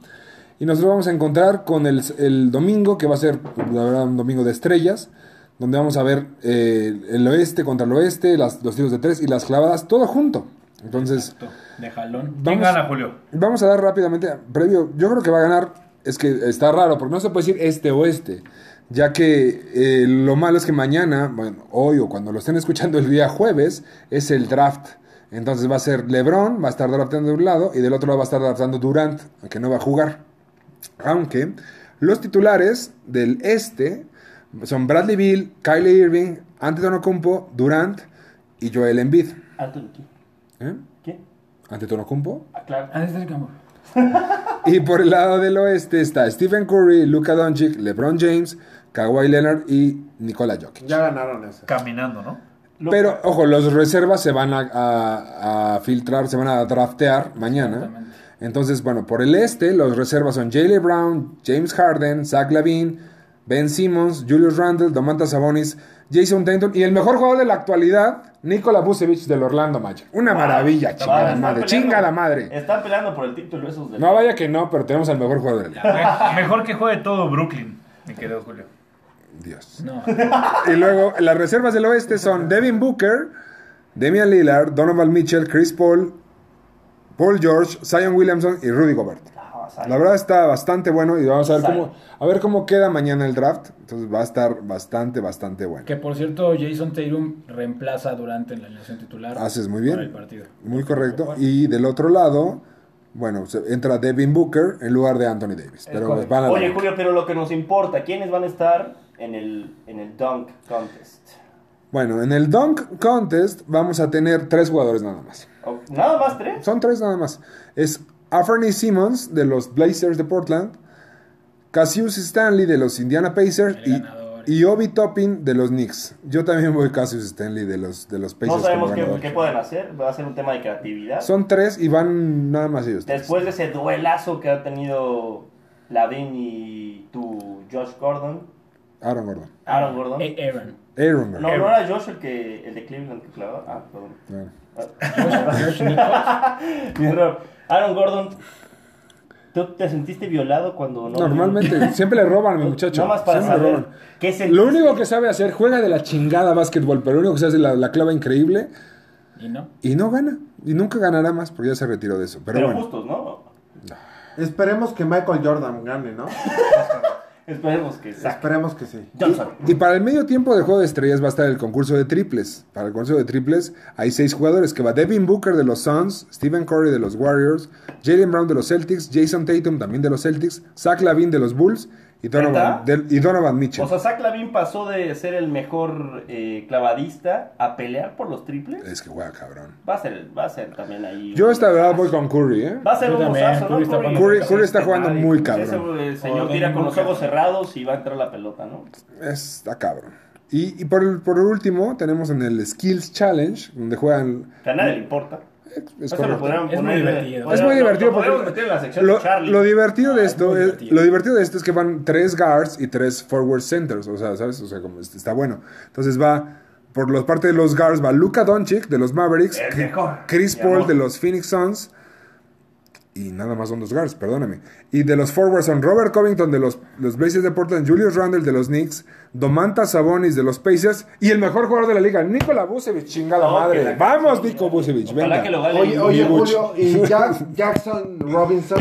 Speaker 1: Y nosotros vamos a encontrar con el, el domingo, que va a ser, la verdad, un domingo de estrellas, donde vamos a ver eh, el oeste contra el oeste, las- los tiros de tres y las clavadas, todo junto. Entonces,
Speaker 3: Esto, De jalón.
Speaker 4: ¿Quién
Speaker 1: vamos,
Speaker 4: gana, Julio?
Speaker 1: Vamos a dar rápidamente, previo, yo creo que va a ganar, es que está raro, porque no se puede decir este o este, ya que eh, lo malo es que mañana, bueno, hoy o cuando lo estén escuchando el día jueves, es el draft. Entonces va a ser Lebron, va a estar draftando de un lado y del otro lado va a estar draftando Durant, que no va a jugar. Aunque los titulares del este son Bradley Bill, Kylie Irving, Antetokounmpo, Durant y Joel Embiid. ¿Eh?
Speaker 2: ¿Quién?
Speaker 1: Antetokounmpo.
Speaker 2: Ah, claro.
Speaker 3: Ah, Ah, desde el campo.
Speaker 1: Y por el lado del oeste está Stephen Curry, Luka Doncic, LeBron James, Kawhi Leonard y Nikola Jokic.
Speaker 5: Ya ganaron ese.
Speaker 4: Caminando, ¿no?
Speaker 1: Pero, ojo, los reservas se van a, a- a filtrar, se van a draftear mañana.
Speaker 3: Exactamente.
Speaker 1: Entonces, bueno, por el este, los reservas son Jalen Brown, James Harden, Zach Lavine, Ben Simmons, Julius Randle, Domantas Sabonis, Jason Tatum y el mejor jugador de la actualidad, Nikola Vucevic del Orlando Magic. Una maravilla, chinga la
Speaker 2: Están
Speaker 1: madre,
Speaker 2: peleando- Eh.
Speaker 1: chinga la madre.
Speaker 2: Están peleando por el título esos de...
Speaker 1: No vaya que no, pero tenemos al mejor jugador de la liga.
Speaker 4: Me- Mejor que juegue todo Brooklyn, mi querido Julio.
Speaker 1: Dios.
Speaker 3: No.
Speaker 1: Y luego, las reservas del oeste son Devin Booker, Damian Lillard, Donovan Mitchell, Chris Paul, Paul George, Zion Williamson y Rudy Gobert.
Speaker 3: Ah,
Speaker 1: La verdad está bastante bueno y vamos a ver cómo, a ver cómo queda mañana el draft. Entonces va a estar bastante, bastante bueno.
Speaker 3: Que por cierto, Jason Tatum reemplaza durante la alineación titular.
Speaker 1: Haces muy bien.
Speaker 3: Para el partido.
Speaker 1: Muy correcto. Y del otro lado, bueno, se- entra Devin Booker en lugar de Anthony Davis. Pero
Speaker 3: correcto.
Speaker 1: van a
Speaker 2: Oye, Julio, pero lo que nos importa, ¿quiénes van a estar en el, en el Dunk Contest?
Speaker 1: Bueno, en el Dunk Contest vamos a tener tres jugadores nada más.
Speaker 2: O- Oh, Nada más tres.
Speaker 1: Son tres nada más. Es Anthony Simmons de los Blazers de Portland, Cassius Stanley de los Indiana Pacers
Speaker 3: El
Speaker 1: y,
Speaker 3: ganador.
Speaker 1: y Obi Toppin de los Knicks. Yo también voy Cassius Stanley de los, de los Pacers.
Speaker 2: No sabemos
Speaker 1: como
Speaker 2: qué,
Speaker 1: ganador.
Speaker 2: qué pueden hacer. Va a ser un tema de creatividad.
Speaker 1: Son tres y van nada más ellos. tres.
Speaker 2: Después de ese duelazo que ha tenido Lavin y tu Josh Gordon,
Speaker 1: Aaron Gordon.
Speaker 2: Aaron Gordon.
Speaker 3: Eh, Aaron.
Speaker 1: Aaron
Speaker 2: no,
Speaker 1: Gordon.
Speaker 2: no era Josh el que el de Cleveland que clavó. Ah, perdón.
Speaker 1: Bueno.
Speaker 3: Josh Nichols.
Speaker 2: Mi error. Aaron Gordon, ¿tú te sentiste violado cuando no?
Speaker 1: Normalmente, siempre le roban a mi muchacho.
Speaker 2: Nada más para
Speaker 1: siempre le
Speaker 2: saber
Speaker 1: roban.
Speaker 2: qué sentiste.
Speaker 1: Lo único que sabe hacer, juega de la chingada básquetbol, pero lo único que sabe es la, la clava increíble
Speaker 3: Y no.
Speaker 1: y no gana. Y nunca ganará más porque ya se retiró de eso. Pero,
Speaker 2: Pero
Speaker 1: bueno.
Speaker 2: justos, ¿no?
Speaker 5: Esperemos que Michael Jordan gane, ¿no?
Speaker 2: Esperemos que saque.
Speaker 5: Esperemos que sí.
Speaker 2: Johnson.
Speaker 1: Y para el medio tiempo de Juego de Estrellas va a estar el concurso de triples. Para el concurso de triples hay seis jugadores que va Devin Booker de los Suns, Stephen Curry de los Warriors, Jalen Brown de los Celtics, Jason Tatum también de los Celtics, Zach Lavin de los Bulls y Donovan,
Speaker 2: ¿Neta?
Speaker 1: del- y Donovan Mitchell.
Speaker 2: O sea, Zach Lavin pasó de ser el mejor eh, clavadista a pelear por los triples.
Speaker 1: es que juega cabrón.
Speaker 2: Va a ser, va a ser también ahí.
Speaker 1: Eh. Yo
Speaker 2: un-
Speaker 1: esta verdad voy con Curry, ¿eh?
Speaker 2: Va a ser
Speaker 3: Yo
Speaker 2: un
Speaker 3: también,
Speaker 2: mozazo, ¿no? este
Speaker 3: Curry está jugando-
Speaker 1: Curry, Curry está jugando muy
Speaker 2: Ese
Speaker 1: cabrón.
Speaker 2: eh, señor
Speaker 3: Joder,
Speaker 2: tira con los
Speaker 3: nunca.
Speaker 2: ojos cerrados y va a entrar la pelota, ¿no?
Speaker 1: Está cabrón. Y, y por, el- por último, tenemos en el Skills Challenge, donde juegan...
Speaker 2: Que a nadie le importa.
Speaker 1: Es
Speaker 2: Eso
Speaker 1: correcto.
Speaker 2: lo podrían
Speaker 3: Es muy
Speaker 2: poner-
Speaker 3: divertido.
Speaker 2: podrían-
Speaker 1: Es muy
Speaker 2: lo-
Speaker 1: divertido
Speaker 2: Lo podríamos
Speaker 1: porque
Speaker 2: meter en la sección
Speaker 1: Lo,
Speaker 2: de Charlie.
Speaker 1: lo divertido de
Speaker 3: Ah, es
Speaker 1: esto
Speaker 3: muy
Speaker 1: es,
Speaker 3: divertido.
Speaker 1: lo divertido de esto es que van tres guards y tres forward centers, o sea, sabes, o sea, como este- está bueno. Entonces va por la parte de los guards va Luka Doncic de los Mavericks,
Speaker 2: El
Speaker 1: Cri-
Speaker 2: mejor,
Speaker 1: Chris
Speaker 2: mi
Speaker 1: Paul
Speaker 2: amor.
Speaker 1: de los Phoenix Suns y nada más son dos guards, perdóname. Y de los forwards son Robert Covington de los los Blazers de Portland, Julius Randle de los Knicks, Domantas Sabonis de los Pacers y el mejor jugador de la liga, Nikola Vucevic, chinga la
Speaker 2: No, que
Speaker 1: madre.
Speaker 2: la-
Speaker 1: Vamos, Nico Vucevic,
Speaker 2: Ojalá
Speaker 1: venga.
Speaker 2: que lo gane.
Speaker 5: Oye, oye,
Speaker 1: Miguel Buch.
Speaker 5: Julio, y Jack- Jackson Robinson.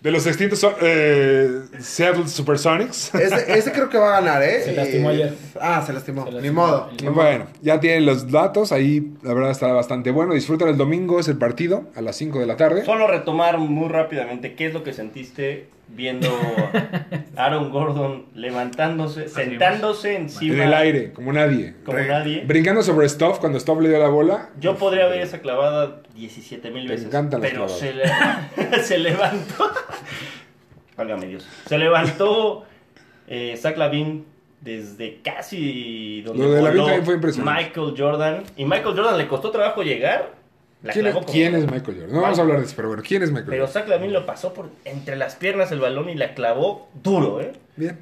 Speaker 1: De los extintos eh, Seattle Supersonics.
Speaker 5: Ese, ese creo que va a ganar, ¿eh?
Speaker 3: Se lastimó
Speaker 5: Eh,
Speaker 3: ayer.
Speaker 5: Ah, se lastimó.
Speaker 3: Se
Speaker 5: Ni
Speaker 3: lastimó.
Speaker 5: modo.
Speaker 3: El-
Speaker 1: Bueno, ya tienen los datos, ahí la verdad está bastante bueno. Disfrutan el domingo, es el partido a las 5 de la tarde.
Speaker 2: Solo retomar muy rápidamente qué es lo que sentiste viendo a Aaron Gordon levantándose, sentándose encima
Speaker 1: En el aire, como nadie.
Speaker 2: como nadie.
Speaker 1: Brincando sobre Stuff cuando Stuff le dio la bola.
Speaker 2: Yo podría ver esa clavada 17 mil
Speaker 1: Este, Te
Speaker 2: veces.
Speaker 1: encantan las
Speaker 2: pero
Speaker 1: clavadas.
Speaker 2: se, le- se levantó. Válgame Dios. Se levantó eh, Zach Lavin desde casi donde
Speaker 1: Lo de Lavin
Speaker 2: voló
Speaker 1: también fue impresionante.
Speaker 2: Michael Jordan. Y Michael Jordan le costó trabajo llegar. La
Speaker 1: ¿Quién, es,
Speaker 2: clavó como-
Speaker 1: quién es Michael Jordan? No vamos a
Speaker 2: Michael.
Speaker 1: hablar de eso, pero bueno, ¿quién es Michael
Speaker 2: Pero
Speaker 1: Jordan?
Speaker 2: Zach Lavin lo pasó por entre las piernas el balón y la clavó duro, ¿eh?
Speaker 1: Bien.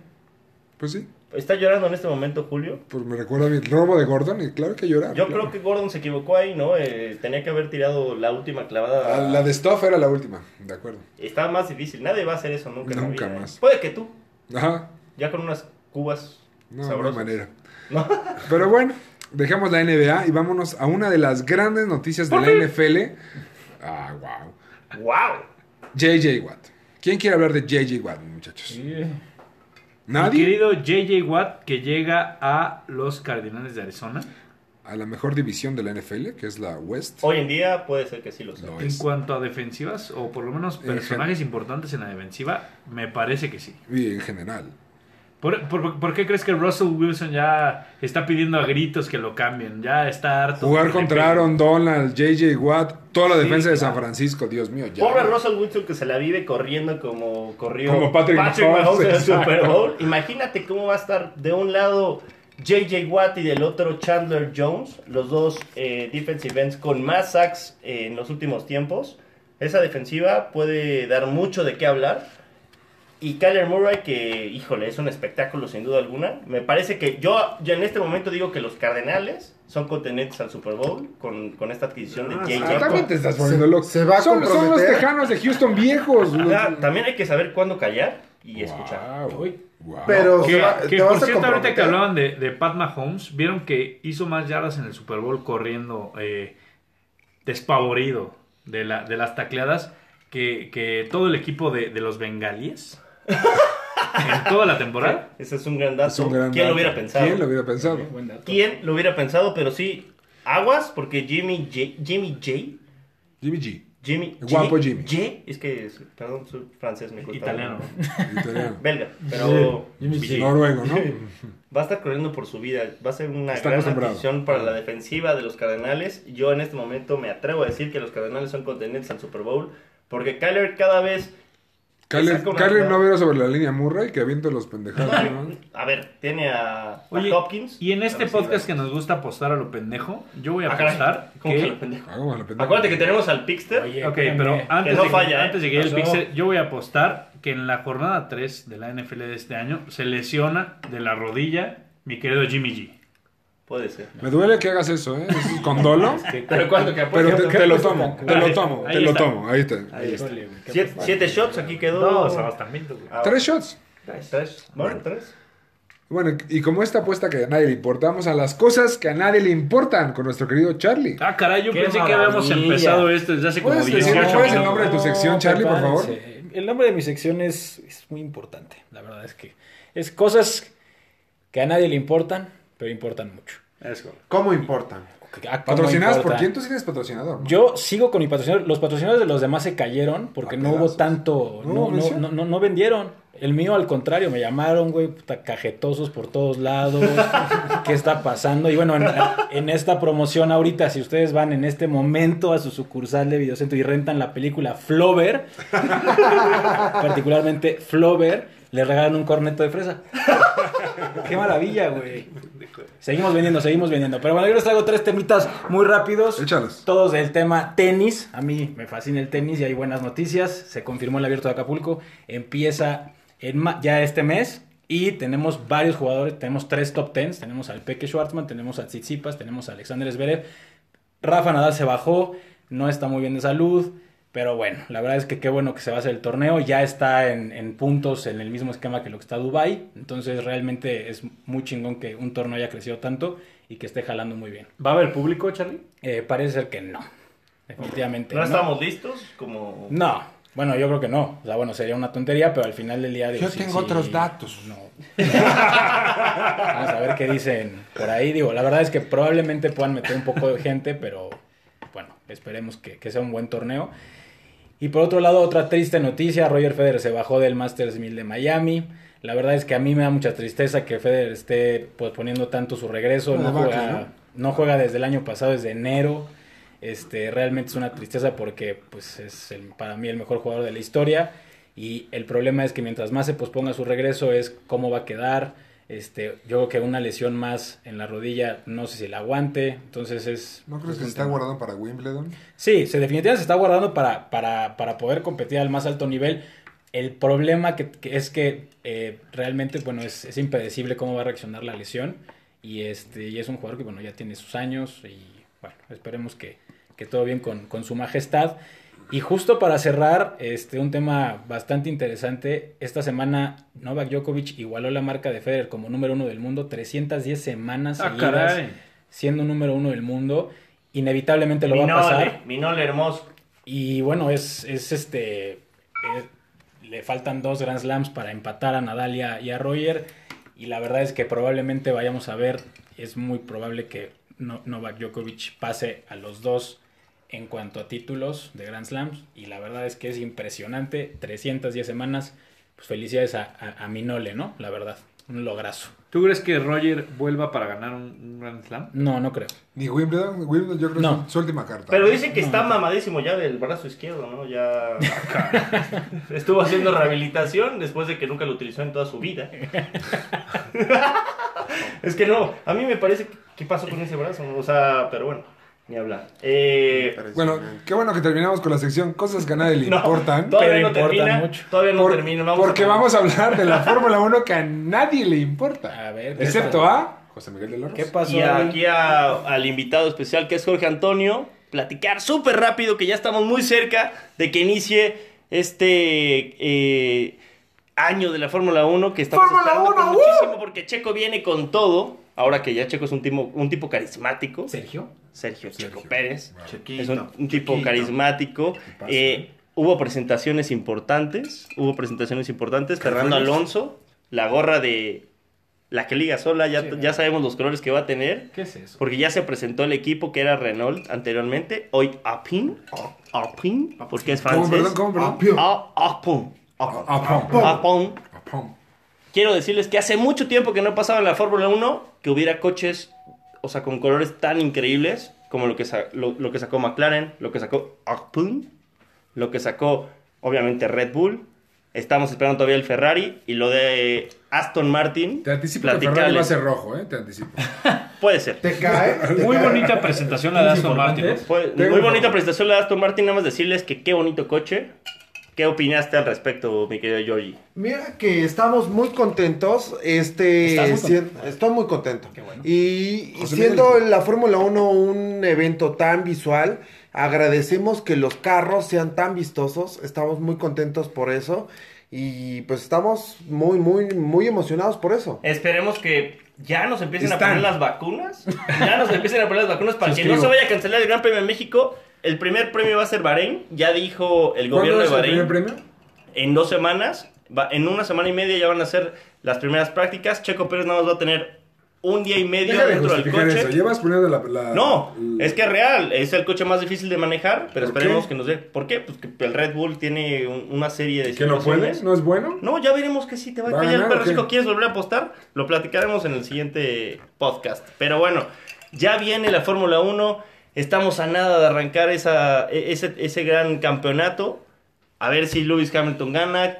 Speaker 1: Pues sí,
Speaker 2: Está llorando en este momento, Julio.
Speaker 1: pues me recuerda el robo de Gordon y claro que llorar.
Speaker 2: Yo
Speaker 1: claro.
Speaker 2: creo que Gordon se equivocó ahí, ¿no? Eh, tenía que haber tirado la última clavada.
Speaker 1: La, la de Stuff era la última, de acuerdo.
Speaker 2: Está más difícil. Nadie va a hacer eso nunca. en la
Speaker 1: Nunca
Speaker 2: vida, ¿eh?
Speaker 1: más.
Speaker 2: Puede que tú,
Speaker 1: Ajá.
Speaker 2: ya con unas cubas
Speaker 1: No, no hay
Speaker 2: sabrosas.
Speaker 1: manera.
Speaker 2: No.
Speaker 1: Pero bueno, dejamos la NBA y vámonos a una de las grandes noticias de la NFL. Ah, wow.
Speaker 2: ¡Wow!
Speaker 1: JJ Watt. ¿Quién quiere hablar de JJ Watt, muchachos?
Speaker 3: Sí.
Speaker 4: Mi
Speaker 1: ¿Nadie?
Speaker 4: querido JJ Watt que llega a los Cardinales de Arizona.
Speaker 1: A la mejor división de la NFL, que es la West.
Speaker 2: Hoy en día puede ser que sí lo sea.
Speaker 1: Lo
Speaker 4: En
Speaker 1: es.
Speaker 4: cuanto a defensivas, o por lo menos
Speaker 1: En
Speaker 4: personajes importantes en la defensiva, me parece que sí.
Speaker 1: Y en general.
Speaker 4: ¿Por, por, por qué crees que Russell Wilson ya está pidiendo a gritos que lo cambien? Ya está harto.
Speaker 1: Jugar
Speaker 4: de que le
Speaker 1: contra Aaron Donald, JJ Watt, toda la
Speaker 4: Sí,
Speaker 1: defensa de San
Speaker 4: claro.
Speaker 1: Francisco, Dios mío. Ya.
Speaker 2: Pobre Russell Wilson que se la vive corriendo como corrió
Speaker 1: Como Patrick Mahomes,
Speaker 2: Mahomes en el
Speaker 1: exacto.
Speaker 2: Super Bowl. Imagínate cómo va a estar de un lado JJ Watt y del otro Chandler Jones, los dos eh, defensive ends con más sacks eh, en los últimos tiempos. Esa defensiva puede dar mucho de qué hablar. Y Kyler Murray, que, híjole, es un espectáculo sin duda alguna. Me parece que yo ya en este momento digo que los Cardenales son contendientes al Super Bowl con, con esta adquisición de JJ
Speaker 1: Ah, también
Speaker 2: Watt.
Speaker 1: te estás poniendo
Speaker 5: Se-
Speaker 1: loco.
Speaker 5: se va a
Speaker 1: son, son los
Speaker 5: comprometer.
Speaker 1: tejanos de Houston viejos.
Speaker 2: Ah, también hay que saber cuándo callar y escuchar.
Speaker 1: Guau,
Speaker 3: Uy.
Speaker 1: guau.
Speaker 5: Pero
Speaker 4: Que,
Speaker 5: se va-
Speaker 4: que
Speaker 5: te vas
Speaker 4: por
Speaker 5: a
Speaker 4: cierto, ahorita que
Speaker 5: comprometer.
Speaker 4: hablaban de, de Pat Mahomes, vieron que hizo más yardas en el Super Bowl corriendo eh, despavorido de, la, de las tacleadas que, que todo el equipo de, de los bengalíes en toda la temporada.
Speaker 2: Ese es un gran dato.
Speaker 1: Es un gran
Speaker 2: ¿Quién lo
Speaker 1: dato.
Speaker 2: hubiera pensado?
Speaker 1: ¿Quién lo hubiera pensado?
Speaker 3: Buen dato.
Speaker 2: ¿Quién lo hubiera pensado? Pero sí, aguas, porque Jimmy J. Jimmy J.
Speaker 1: Jimmy G,
Speaker 2: Jimmy
Speaker 1: Guapo
Speaker 2: J-
Speaker 1: Jimmy.
Speaker 2: J. Es que, es- perdón, soy francés, me cuesta.
Speaker 4: Italiano.
Speaker 1: italiano.
Speaker 2: Belga, pero
Speaker 3: Jimmy
Speaker 2: J.
Speaker 3: J.
Speaker 1: Noruego, ¿no?
Speaker 2: va a estar corriendo por su vida. Va a ser una
Speaker 1: Está
Speaker 2: gran
Speaker 1: acostumbrado. Ah.
Speaker 2: adquisición para la defensiva de los Cardenales. Yo en este momento me atrevo a decir que los Cardenales son contendientes al Super Bowl porque Kyler cada vez
Speaker 1: Kyler
Speaker 2: Saca una
Speaker 1: Kyler
Speaker 2: jugada.
Speaker 1: no veo sobre la línea Murray que aviento los pendejados, ¿no?
Speaker 2: A ver, tiene a, a
Speaker 4: Oye,
Speaker 2: Hopkins.
Speaker 4: y en este
Speaker 2: A recibir.
Speaker 4: podcast que nos gusta apostar a lo pendejo, yo voy a
Speaker 2: Ah, caray,
Speaker 4: apostar
Speaker 2: ¿cómo que lo
Speaker 4: que...
Speaker 2: pendejo?
Speaker 1: Hagamos a la pendeja.
Speaker 2: Acuérdate que tenemos al Pixter.
Speaker 3: Oye,
Speaker 4: Ok,
Speaker 3: espérame.
Speaker 4: pero antes,
Speaker 2: no
Speaker 4: de,
Speaker 2: falla, ¿eh?
Speaker 4: antes de que llegue el
Speaker 3: Pasó.
Speaker 4: pixel, yo voy a apostar que en la jornada 3 de la NFL de este año se lesiona de la rodilla mi querido Jimmy G.
Speaker 2: Puede ser.
Speaker 1: Me duele que hagas eso, ¿eh? Es con dolo,
Speaker 6: Pero cuando que apuestas.
Speaker 1: pero te, te lo tomo, te lo tomo,
Speaker 4: Ahí
Speaker 1: te lo
Speaker 4: está.
Speaker 1: tomo, ahí está.
Speaker 3: Híjole, güey, qué
Speaker 2: Siete,
Speaker 3: pesado.
Speaker 2: siete shots, aquí quedó.
Speaker 4: abastamientos,
Speaker 2: Ah,
Speaker 1: Tres shots.
Speaker 2: Tres. tres. Bueno, tres.
Speaker 1: Bueno, y como esta apuesta que a nadie le importamos a las cosas que a nadie le importan con nuestro querido Charlie.
Speaker 4: Ah, caray, yo
Speaker 3: Qué
Speaker 4: pensé que habíamos
Speaker 3: maravilla.
Speaker 4: empezado esto desde hace como Ah,
Speaker 1: ¿Puedes decir
Speaker 4: 18
Speaker 1: cuál es el
Speaker 4: minutos.
Speaker 1: nombre de tu sección, Charlie, por favor?
Speaker 3: prepárense. El nombre de mi sección es, es muy importante. La verdad es que es cosas que a nadie le importan, pero importan mucho.
Speaker 4: Es correcto.
Speaker 5: ¿Cómo importan?
Speaker 3: Ah, ¿cómo
Speaker 1: ¿Patrocinadas por
Speaker 3: importan?
Speaker 1: quién? Tú sí eres patrocinador. ¿no?
Speaker 3: Yo sigo con mi patrocinador. Los patrocinadores de los demás se cayeron
Speaker 1: A
Speaker 3: porque no hubo
Speaker 1: pedazos.
Speaker 3: tanto.
Speaker 1: No,
Speaker 3: No, no,
Speaker 1: mención.
Speaker 3: no, no- no vendieron. El mío, al contrario, me llamaron, güey, puta, cajetosos por todos lados. ¿Qué está pasando? Y bueno, en, en esta promoción ahorita, si ustedes van en este momento a su sucursal de videocentro y rentan la película Flover, particularmente Flover, le regalan un corneto de fresa. Qué maravilla, güey. Seguimos vendiendo, seguimos vendiendo. Pero bueno, yo les traigo tres temitas muy rápidos.
Speaker 1: Échalos.
Speaker 3: Todos del tema tenis. A mí me fascina el tenis y hay buenas noticias. Se confirmó el abierto de Acapulco. Empieza en ma- ya este mes. Y tenemos varios jugadores. Tenemos tres top tens. Tenemos al Peque Schwartzman, tenemos a Tsitsipas, tenemos a Alexander Zverev. Rafa Nadal se bajó, no está muy bien de salud, pero bueno, la verdad es que qué bueno que se va a hacer el torneo, ya está en, en puntos en el mismo esquema que lo que está Dubai, entonces realmente es muy chingón que un torneo haya crecido tanto y que esté jalando muy bien.
Speaker 4: ¿Va a haber público, Charlie?
Speaker 3: Eh, parece ser que no, definitivamente.
Speaker 2: No estamos listos como.
Speaker 3: No, bueno, yo creo que no, o sea, bueno, sería una tontería, pero al final del día... digo,
Speaker 5: Yo
Speaker 3: sí,
Speaker 5: tengo
Speaker 3: sí,
Speaker 5: otros datos.
Speaker 3: No. Vamos a ver qué dicen por ahí, digo, la verdad es que probablemente puedan meter un poco de gente, pero bueno, esperemos que, que sea un buen torneo. Y por otro lado, otra triste noticia, Roger Federer se bajó del Masters 1000 de Miami. La verdad es que a mí me da mucha tristeza que Federer esté posponiendo tanto su regreso.
Speaker 5: Una
Speaker 3: No
Speaker 5: debacle,
Speaker 3: juega, no juega desde el año pasado, desde enero. Este, realmente es una tristeza porque pues, es el- para mí el mejor jugador de la historia. Y el problema es que mientras más se posponga su regreso es cómo va a quedar. Este, yo creo que una lesión más en la rodilla no sé si la aguante. Entonces es...
Speaker 1: ¿No crees
Speaker 3: es
Speaker 1: que se
Speaker 3: un
Speaker 1: está
Speaker 3: tema.
Speaker 1: guardando para Wimbledon?
Speaker 3: Sí, se definitivamente se está guardando para, para, para poder competir al más alto nivel. El problema que, que es que eh, realmente, bueno, es, es impredecible cómo va a reaccionar la lesión. Y este, y es un jugador que, bueno, ya tiene sus años. Y bueno, esperemos que, que todo bien con, con su majestad. Y justo para cerrar, este, un tema bastante interesante. Esta semana Novak Djokovic igualó la marca de Federer como número uno del mundo 310 semanas
Speaker 4: Ah,
Speaker 3: seguidas
Speaker 4: caray.
Speaker 3: siendo número uno del mundo. Inevitablemente lo va a
Speaker 4: ¿eh?
Speaker 3: pasar.
Speaker 2: Minole, Minole ¿eh? hermoso.
Speaker 3: Y bueno, es, es este. es- le faltan dos Grand Slams para empatar a Nadal y a, y a Roger. Y la verdad es que probablemente vayamos a ver, es muy probable que No- Novak Djokovic pase a los dos en cuanto a títulos de Grand Slams. Y la verdad es que es impresionante. 310 semanas. Pues felicidades a, a- a Minole, ¿no? La verdad. Un lograzo.
Speaker 4: ¿Tú crees que Roger vuelva para ganar un, un Grand Slam?
Speaker 3: No, no creo.
Speaker 1: Ni Wimbledon, Wimbledon yo creo que
Speaker 3: No.
Speaker 1: es su última carta.
Speaker 2: Pero dicen que está mamadísimo ya del brazo izquierdo, ¿no? Ya estuvo haciendo rehabilitación después de que nunca lo utilizó en toda su vida. es que no, a mí me parece que qué pasó con ese brazo, ¿no? o sea, pero bueno, ni hablar. Eh,
Speaker 1: Bueno, qué bueno que terminamos con la sección Cosas que a nadie le
Speaker 2: no,
Speaker 1: importan.
Speaker 2: todavía
Speaker 3: pero
Speaker 2: no termina,
Speaker 3: importan mucho.
Speaker 2: todavía no
Speaker 1: Por-
Speaker 2: termina. Vamos
Speaker 1: porque
Speaker 2: a-
Speaker 1: vamos a hablar de la Fórmula 1 que a nadie le importa.
Speaker 3: A ver, ¿qué
Speaker 1: excepto
Speaker 3: tal?
Speaker 1: a José Miguel de la Rosa.
Speaker 3: ¿Qué pasó?
Speaker 2: Y
Speaker 3: ahí?
Speaker 2: aquí a- al invitado especial que es Jorge Antonio, platicar súper rápido que ya estamos muy cerca de que inicie este eh, año de la Fórmula 1 que estamos
Speaker 5: ¡Fórmula
Speaker 2: esperando con
Speaker 5: 1, ¡uh!
Speaker 2: muchísimo porque Checo viene con todo. Ahora que ya Checo es un tipo, un tipo carismático.
Speaker 3: Sergio.
Speaker 2: Sergio Checo Pérez.
Speaker 5: Chiquito,
Speaker 2: Es un, un tipo
Speaker 5: chiquito.
Speaker 2: carismático.
Speaker 5: pasa,
Speaker 2: Eh,
Speaker 5: eh?
Speaker 2: hubo presentaciones importantes. Hubo presentaciones importantes. Fernando Alonso, la gorra de la que liga sola, ya,
Speaker 3: Sí,
Speaker 2: ya
Speaker 3: claro.
Speaker 2: sabemos los colores que va a tener.
Speaker 3: ¿Qué es eso?
Speaker 2: Porque ya se presentó el equipo que era Renault anteriormente. Hoy Alpine. Alpine, porque es
Speaker 1: ¿Cómo,
Speaker 2: francés.
Speaker 1: perdón? ¿Cómo, perdón?
Speaker 5: Apio.
Speaker 2: Al- Alpine. Alpine.
Speaker 1: Apom.
Speaker 2: Alpine.
Speaker 1: Apom.
Speaker 2: Quiero decirles que hace mucho tiempo que no pasaba en la Fórmula 1 que hubiera coches, o sea, con colores tan increíbles como lo que, sa- lo, lo que sacó McLaren, lo que sacó Alpine, lo que sacó, obviamente, Red Bull. Estamos esperando todavía el Ferrari y lo de Aston Martin.
Speaker 1: Te anticipo que Ferrari
Speaker 2: Platicales.
Speaker 1: va a ser rojo, ¿eh? Te anticipo.
Speaker 2: Puede ser.
Speaker 5: Te cae. te
Speaker 4: Muy
Speaker 5: cae.
Speaker 4: bonita presentación la de Aston Martin.
Speaker 3: Importantes.
Speaker 2: Fue
Speaker 1: Tengo
Speaker 2: muy
Speaker 1: un-
Speaker 2: bonita presentación la de Aston Martin. Nada más decirles que qué bonito coche. ¿Qué opinaste al respecto, mi querido Georgie?
Speaker 5: Mira que estamos muy contentos. Este,
Speaker 3: ¿Estás muy
Speaker 5: sien- estoy muy contento. Y, y
Speaker 1: José
Speaker 5: siendo
Speaker 1: Miguel.
Speaker 5: la Fórmula 1 un evento tan visual, agradecemos que los carros sean tan vistosos. Estamos muy contentos por eso. Y pues estamos muy, muy, muy emocionados por eso.
Speaker 2: Esperemos que ya nos empiecen
Speaker 1: Están.
Speaker 2: a poner las vacunas. Ya nos empiecen a poner las vacunas para que no se vaya a cancelar el Gran Premio de México. El primer premio va a ser Bahrein. Ya dijo el gobierno
Speaker 1: ¿Cuándo
Speaker 2: de
Speaker 1: es el primer
Speaker 2: Bahrein.
Speaker 1: premio?
Speaker 2: En dos semanas, va- en una semana y media ya van a ser las primeras prácticas. Checo Pérez nada más va a tener un día y medio
Speaker 1: Deja de
Speaker 2: dentro del
Speaker 1: justificar
Speaker 2: coche.
Speaker 1: eso. Llevas poniendo la... la-
Speaker 2: No,
Speaker 1: la-
Speaker 2: es que es real. Es el coche más difícil de manejar, pero
Speaker 1: ¿Por
Speaker 2: esperemos
Speaker 1: qué?
Speaker 2: que nos dé. ¿Por qué? Pues que el Red Bull tiene un- una serie de
Speaker 1: ¿Que no puede?
Speaker 2: situaciones.
Speaker 1: ¿No es bueno?
Speaker 2: No, ya veremos que sí te va a
Speaker 1: ¿Va a
Speaker 2: callar el
Speaker 1: ganar o
Speaker 2: perro.
Speaker 1: qué?
Speaker 2: chico. ¿Quieres volver a apostar? Lo platicaremos en el siguiente podcast. Pero bueno, ya viene la Fórmula 1. Estamos a nada de arrancar esa, e- ese, ese gran campeonato. A ver si Lewis Hamilton gana.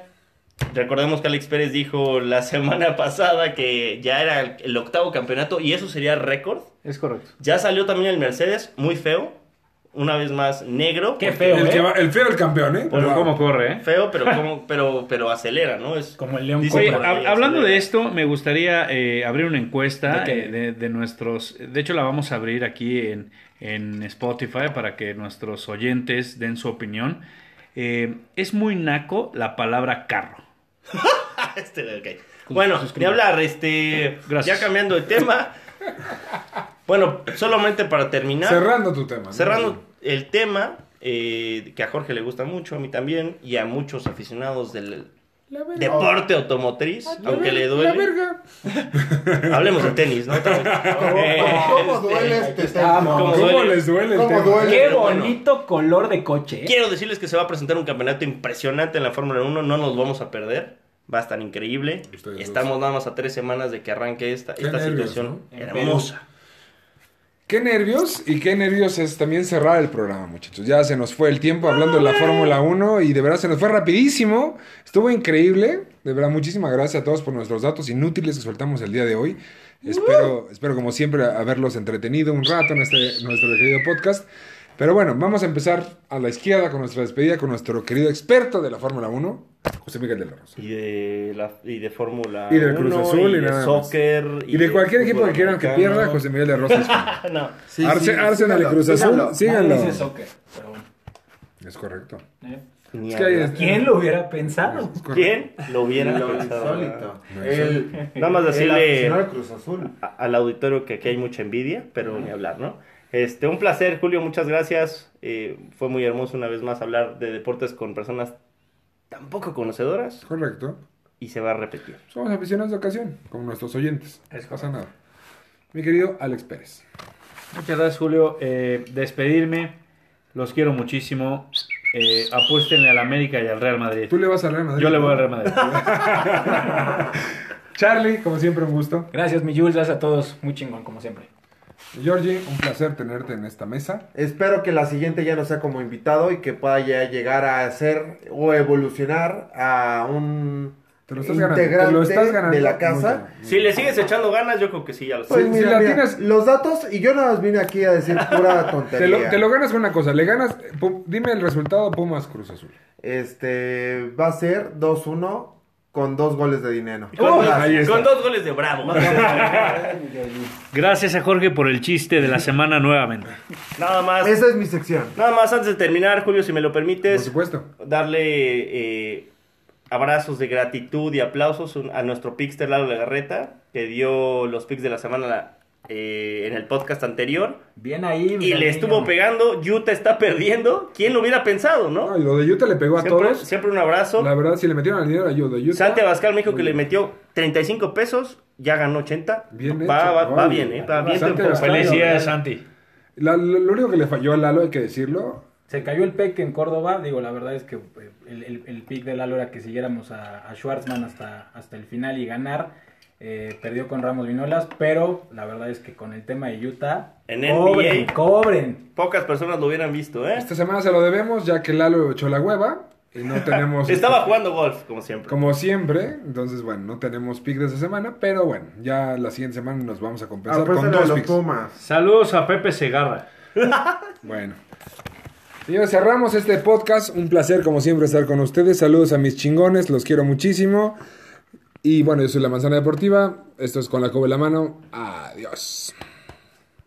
Speaker 2: Recordemos que Alex Pérez dijo la semana pasada que ya era el- el octavo campeonato y eso sería récord.
Speaker 4: Es correcto.
Speaker 2: Ya salió también el Mercedes, muy feo. Una vez más, negro.
Speaker 3: Qué
Speaker 2: porque-
Speaker 3: feo,
Speaker 1: El,
Speaker 3: ¿eh?
Speaker 1: que va- el feo, el campeón, ¿eh?
Speaker 4: Pero
Speaker 1: Wow.
Speaker 4: cómo corre, ¿eh?
Speaker 2: Feo, pero, como, pero, pero acelera, ¿no? Es
Speaker 3: Como el León
Speaker 2: dice
Speaker 4: Oye,
Speaker 2: por ahí,
Speaker 4: hab- hablando
Speaker 2: acelera.
Speaker 4: de esto, me gustaría eh, abrir una encuesta
Speaker 3: ¿De qué?
Speaker 4: eh, de, de nuestros. De hecho, la vamos a abrir aquí en, en Spotify para que nuestros oyentes den su opinión. Eh, es muy naco la palabra carro.
Speaker 2: Este, ok. Bueno, ni hablar, este.
Speaker 4: Gracias.
Speaker 2: Ya cambiando de tema. Bueno, solamente para terminar.
Speaker 1: Cerrando tu tema. ¿no?
Speaker 2: cerrando el tema, eh, que a Jorge le gusta mucho, a mí también, y a muchos aficionados del
Speaker 1: La verga. Ah,
Speaker 2: deporte automotriz,
Speaker 1: La verga,
Speaker 2: aunque le
Speaker 1: La
Speaker 2: duele.
Speaker 1: verga.
Speaker 2: Hablemos de tenis, ¿no? Eh,
Speaker 5: ¿Cómo
Speaker 2: este,
Speaker 5: duele este
Speaker 3: estamos.
Speaker 5: tema?
Speaker 2: ¿Cómo
Speaker 1: ¿Cómo,
Speaker 2: duele?
Speaker 1: les duele el
Speaker 5: ¿Cómo
Speaker 1: tema?
Speaker 5: duele?
Speaker 3: Qué
Speaker 2: Pero bueno.
Speaker 3: bonito color de coche. ¿eh?
Speaker 2: Quiero decirles que se va a presentar un campeonato impresionante en la Fórmula 1, no nos vamos a perder. Va a estar increíble.
Speaker 1: Ustedes
Speaker 2: Estamos nada más a tres semanas de que arranque esta,
Speaker 1: Qué
Speaker 2: esta
Speaker 1: nervios,
Speaker 2: situación
Speaker 1: ¿no?
Speaker 2: hermosa.
Speaker 1: Qué nervios y qué nervios es también cerrar el programa, muchachos. Ya se nos fue el tiempo hablando de la Fórmula 1 y de verdad se nos fue rapidísimo. Estuvo increíble. De verdad, muchísimas gracias a todos por nuestros datos inútiles que soltamos el día de hoy. Espero, espero como siempre haberlos entretenido un rato en este nuestro querido podcast. Pero bueno, vamos a empezar a la izquierda con nuestra despedida con nuestro querido experto de la Fórmula 1, José Miguel de la Rosa.
Speaker 2: Y de, la, y de Fórmula
Speaker 1: Y del Cruz
Speaker 2: 1,
Speaker 1: Azul
Speaker 2: y,
Speaker 1: y
Speaker 2: de
Speaker 1: nada más.
Speaker 2: soccer.
Speaker 1: Y de cualquier equipo
Speaker 2: fútbol
Speaker 1: que quieran que
Speaker 2: americano.
Speaker 1: pierda, José Miguel de la Rosa. es fan.
Speaker 2: no.
Speaker 5: Sí,
Speaker 1: Arce-
Speaker 5: sí,
Speaker 1: Arsenal y
Speaker 5: síganlo,
Speaker 1: Cruz Azul,
Speaker 5: síganlo.
Speaker 1: síganlo.
Speaker 3: Nadie dice soccer, pero bueno.
Speaker 1: Es correcto.
Speaker 3: ¿eh?
Speaker 2: Ni
Speaker 1: Es que hay-
Speaker 2: hablar.
Speaker 3: ¿Quién lo hubiera pensado?
Speaker 1: es correcto.
Speaker 2: ¿ Quién lo hubiera
Speaker 5: Lo
Speaker 2: pensado?
Speaker 5: insólito.
Speaker 1: Lo
Speaker 5: El-
Speaker 2: Nada más
Speaker 5: el
Speaker 2: decirle-
Speaker 5: aficionado de Cruz Azul.
Speaker 2: A- Al auditorio que aquí hay mucha envidia, pero ni hablar, ¿no? Este, un placer, Julio, muchas gracias. Eh, fue muy hermoso una vez más hablar de deportes con personas tan poco conocedoras
Speaker 1: Correcto.
Speaker 2: y se va a repetir.
Speaker 1: Pues, Somos aficionados de ocasión, como nuestros oyentes. No pasa nada. Mi querido Alex Pérez.
Speaker 4: Muchas gracias, Julio. Eh, despedirme. Los quiero muchísimo. Eh, apuéstenle al América y al Real Madrid.
Speaker 1: Tú le vas al Real Madrid.
Speaker 4: Yo le voy al Real Madrid.
Speaker 1: Charlie, como siempre, un gusto.
Speaker 3: Gracias, mi Jules. Gracias a todos. Muy chingón, como siempre.
Speaker 1: Georgie, un placer tenerte en esta mesa.
Speaker 5: Espero que la siguiente ya no sea como invitado y que pueda ya llegar a ser o evolucionar a un
Speaker 1: Te lo estás ganando, te lo estás ganando.
Speaker 5: de la
Speaker 1: Muy
Speaker 5: casa.
Speaker 1: bien.
Speaker 2: Si le sigues echando ganas, yo creo que sí, ya lo sé.
Speaker 5: Pues
Speaker 1: Si- si
Speaker 5: mira,
Speaker 1: la
Speaker 5: mira,
Speaker 1: tienes-
Speaker 5: los datos y yo nada más vine aquí a decir pura tontería.
Speaker 1: Te lo, te lo ganas con una cosa. Le ganas. eh, Pum- dime el resultado Pumas Cruz Azul.
Speaker 5: Este va a ser 2-1 con dos goles de dinero.
Speaker 2: Con,
Speaker 1: Oh,
Speaker 2: dos,
Speaker 1: ahí está.
Speaker 2: con dos goles de Bravo.
Speaker 4: Gracias a Jorge por el chiste de la semana nuevamente.
Speaker 2: Nada más.
Speaker 5: Esa es mi sección.
Speaker 2: Nada más antes de terminar, Julio, si me lo
Speaker 1: Por
Speaker 2: permites,
Speaker 1: supuesto.
Speaker 2: darle eh, abrazos de gratitud y aplausos un- a nuestro Pixter Lalo Legarreta, que dio los picks de la semana eh, en el podcast anterior.
Speaker 3: Bien ahí.
Speaker 2: Y le
Speaker 3: Brian,
Speaker 2: estuvo
Speaker 3: ¿no?
Speaker 2: pegando, Utah está perdiendo. ¿Quién lo hubiera pensado, no?
Speaker 1: No, y lo de Utah le pegó a
Speaker 2: Siempre,
Speaker 1: todos.
Speaker 2: siempre un abrazo.
Speaker 1: La verdad, si le metieron al dinero a Utah. Utah
Speaker 2: Santi Abascal me dijo que le metió 35 pesos, ya ganó 80.
Speaker 1: Bien
Speaker 2: va,
Speaker 1: hecho,
Speaker 2: va-
Speaker 1: no,
Speaker 2: va
Speaker 1: güey.
Speaker 2: bien, ¿eh? Va bien.
Speaker 1: Santi
Speaker 2: tempo-
Speaker 1: Abascal,
Speaker 2: feliz.
Speaker 4: Felicidades, Santi.
Speaker 1: La- lo, lo único que le falló a Lalo, hay que decirlo.
Speaker 3: Se cayó el PEC en Córdoba. Digo, la verdad es que eh, el, el, el pick de Lalo era que siguiéramos a, a Schwartzman hasta, hasta el final y ganar. Eh, perdió con Ramos Vinolas, pero la verdad es que con el tema de Utah.
Speaker 2: En
Speaker 3: cobren,
Speaker 2: NBA.
Speaker 3: cobren.
Speaker 2: Pocas personas lo hubieran visto, ¿eh?
Speaker 1: Esta semana se lo debemos, ya que Lalo echó la hueva. Y no tenemos. este
Speaker 2: Estaba jugando golf, como siempre.
Speaker 1: Como siempre, entonces bueno, no tenemos pick de esta semana, pero bueno, ya la siguiente semana nos vamos a compensar con
Speaker 5: Apuéstale a
Speaker 1: dos
Speaker 5: los
Speaker 1: picks.
Speaker 5: Pumas.
Speaker 4: Saludos a Pepe Segarra.
Speaker 1: Bueno. Señores, cerramos este podcast. Un placer, como siempre, estar con ustedes. Saludos a mis chingones, los quiero muchísimo. Y bueno, yo soy La Manzana Deportiva. Esto es Con la Coba en la Mano. Adiós.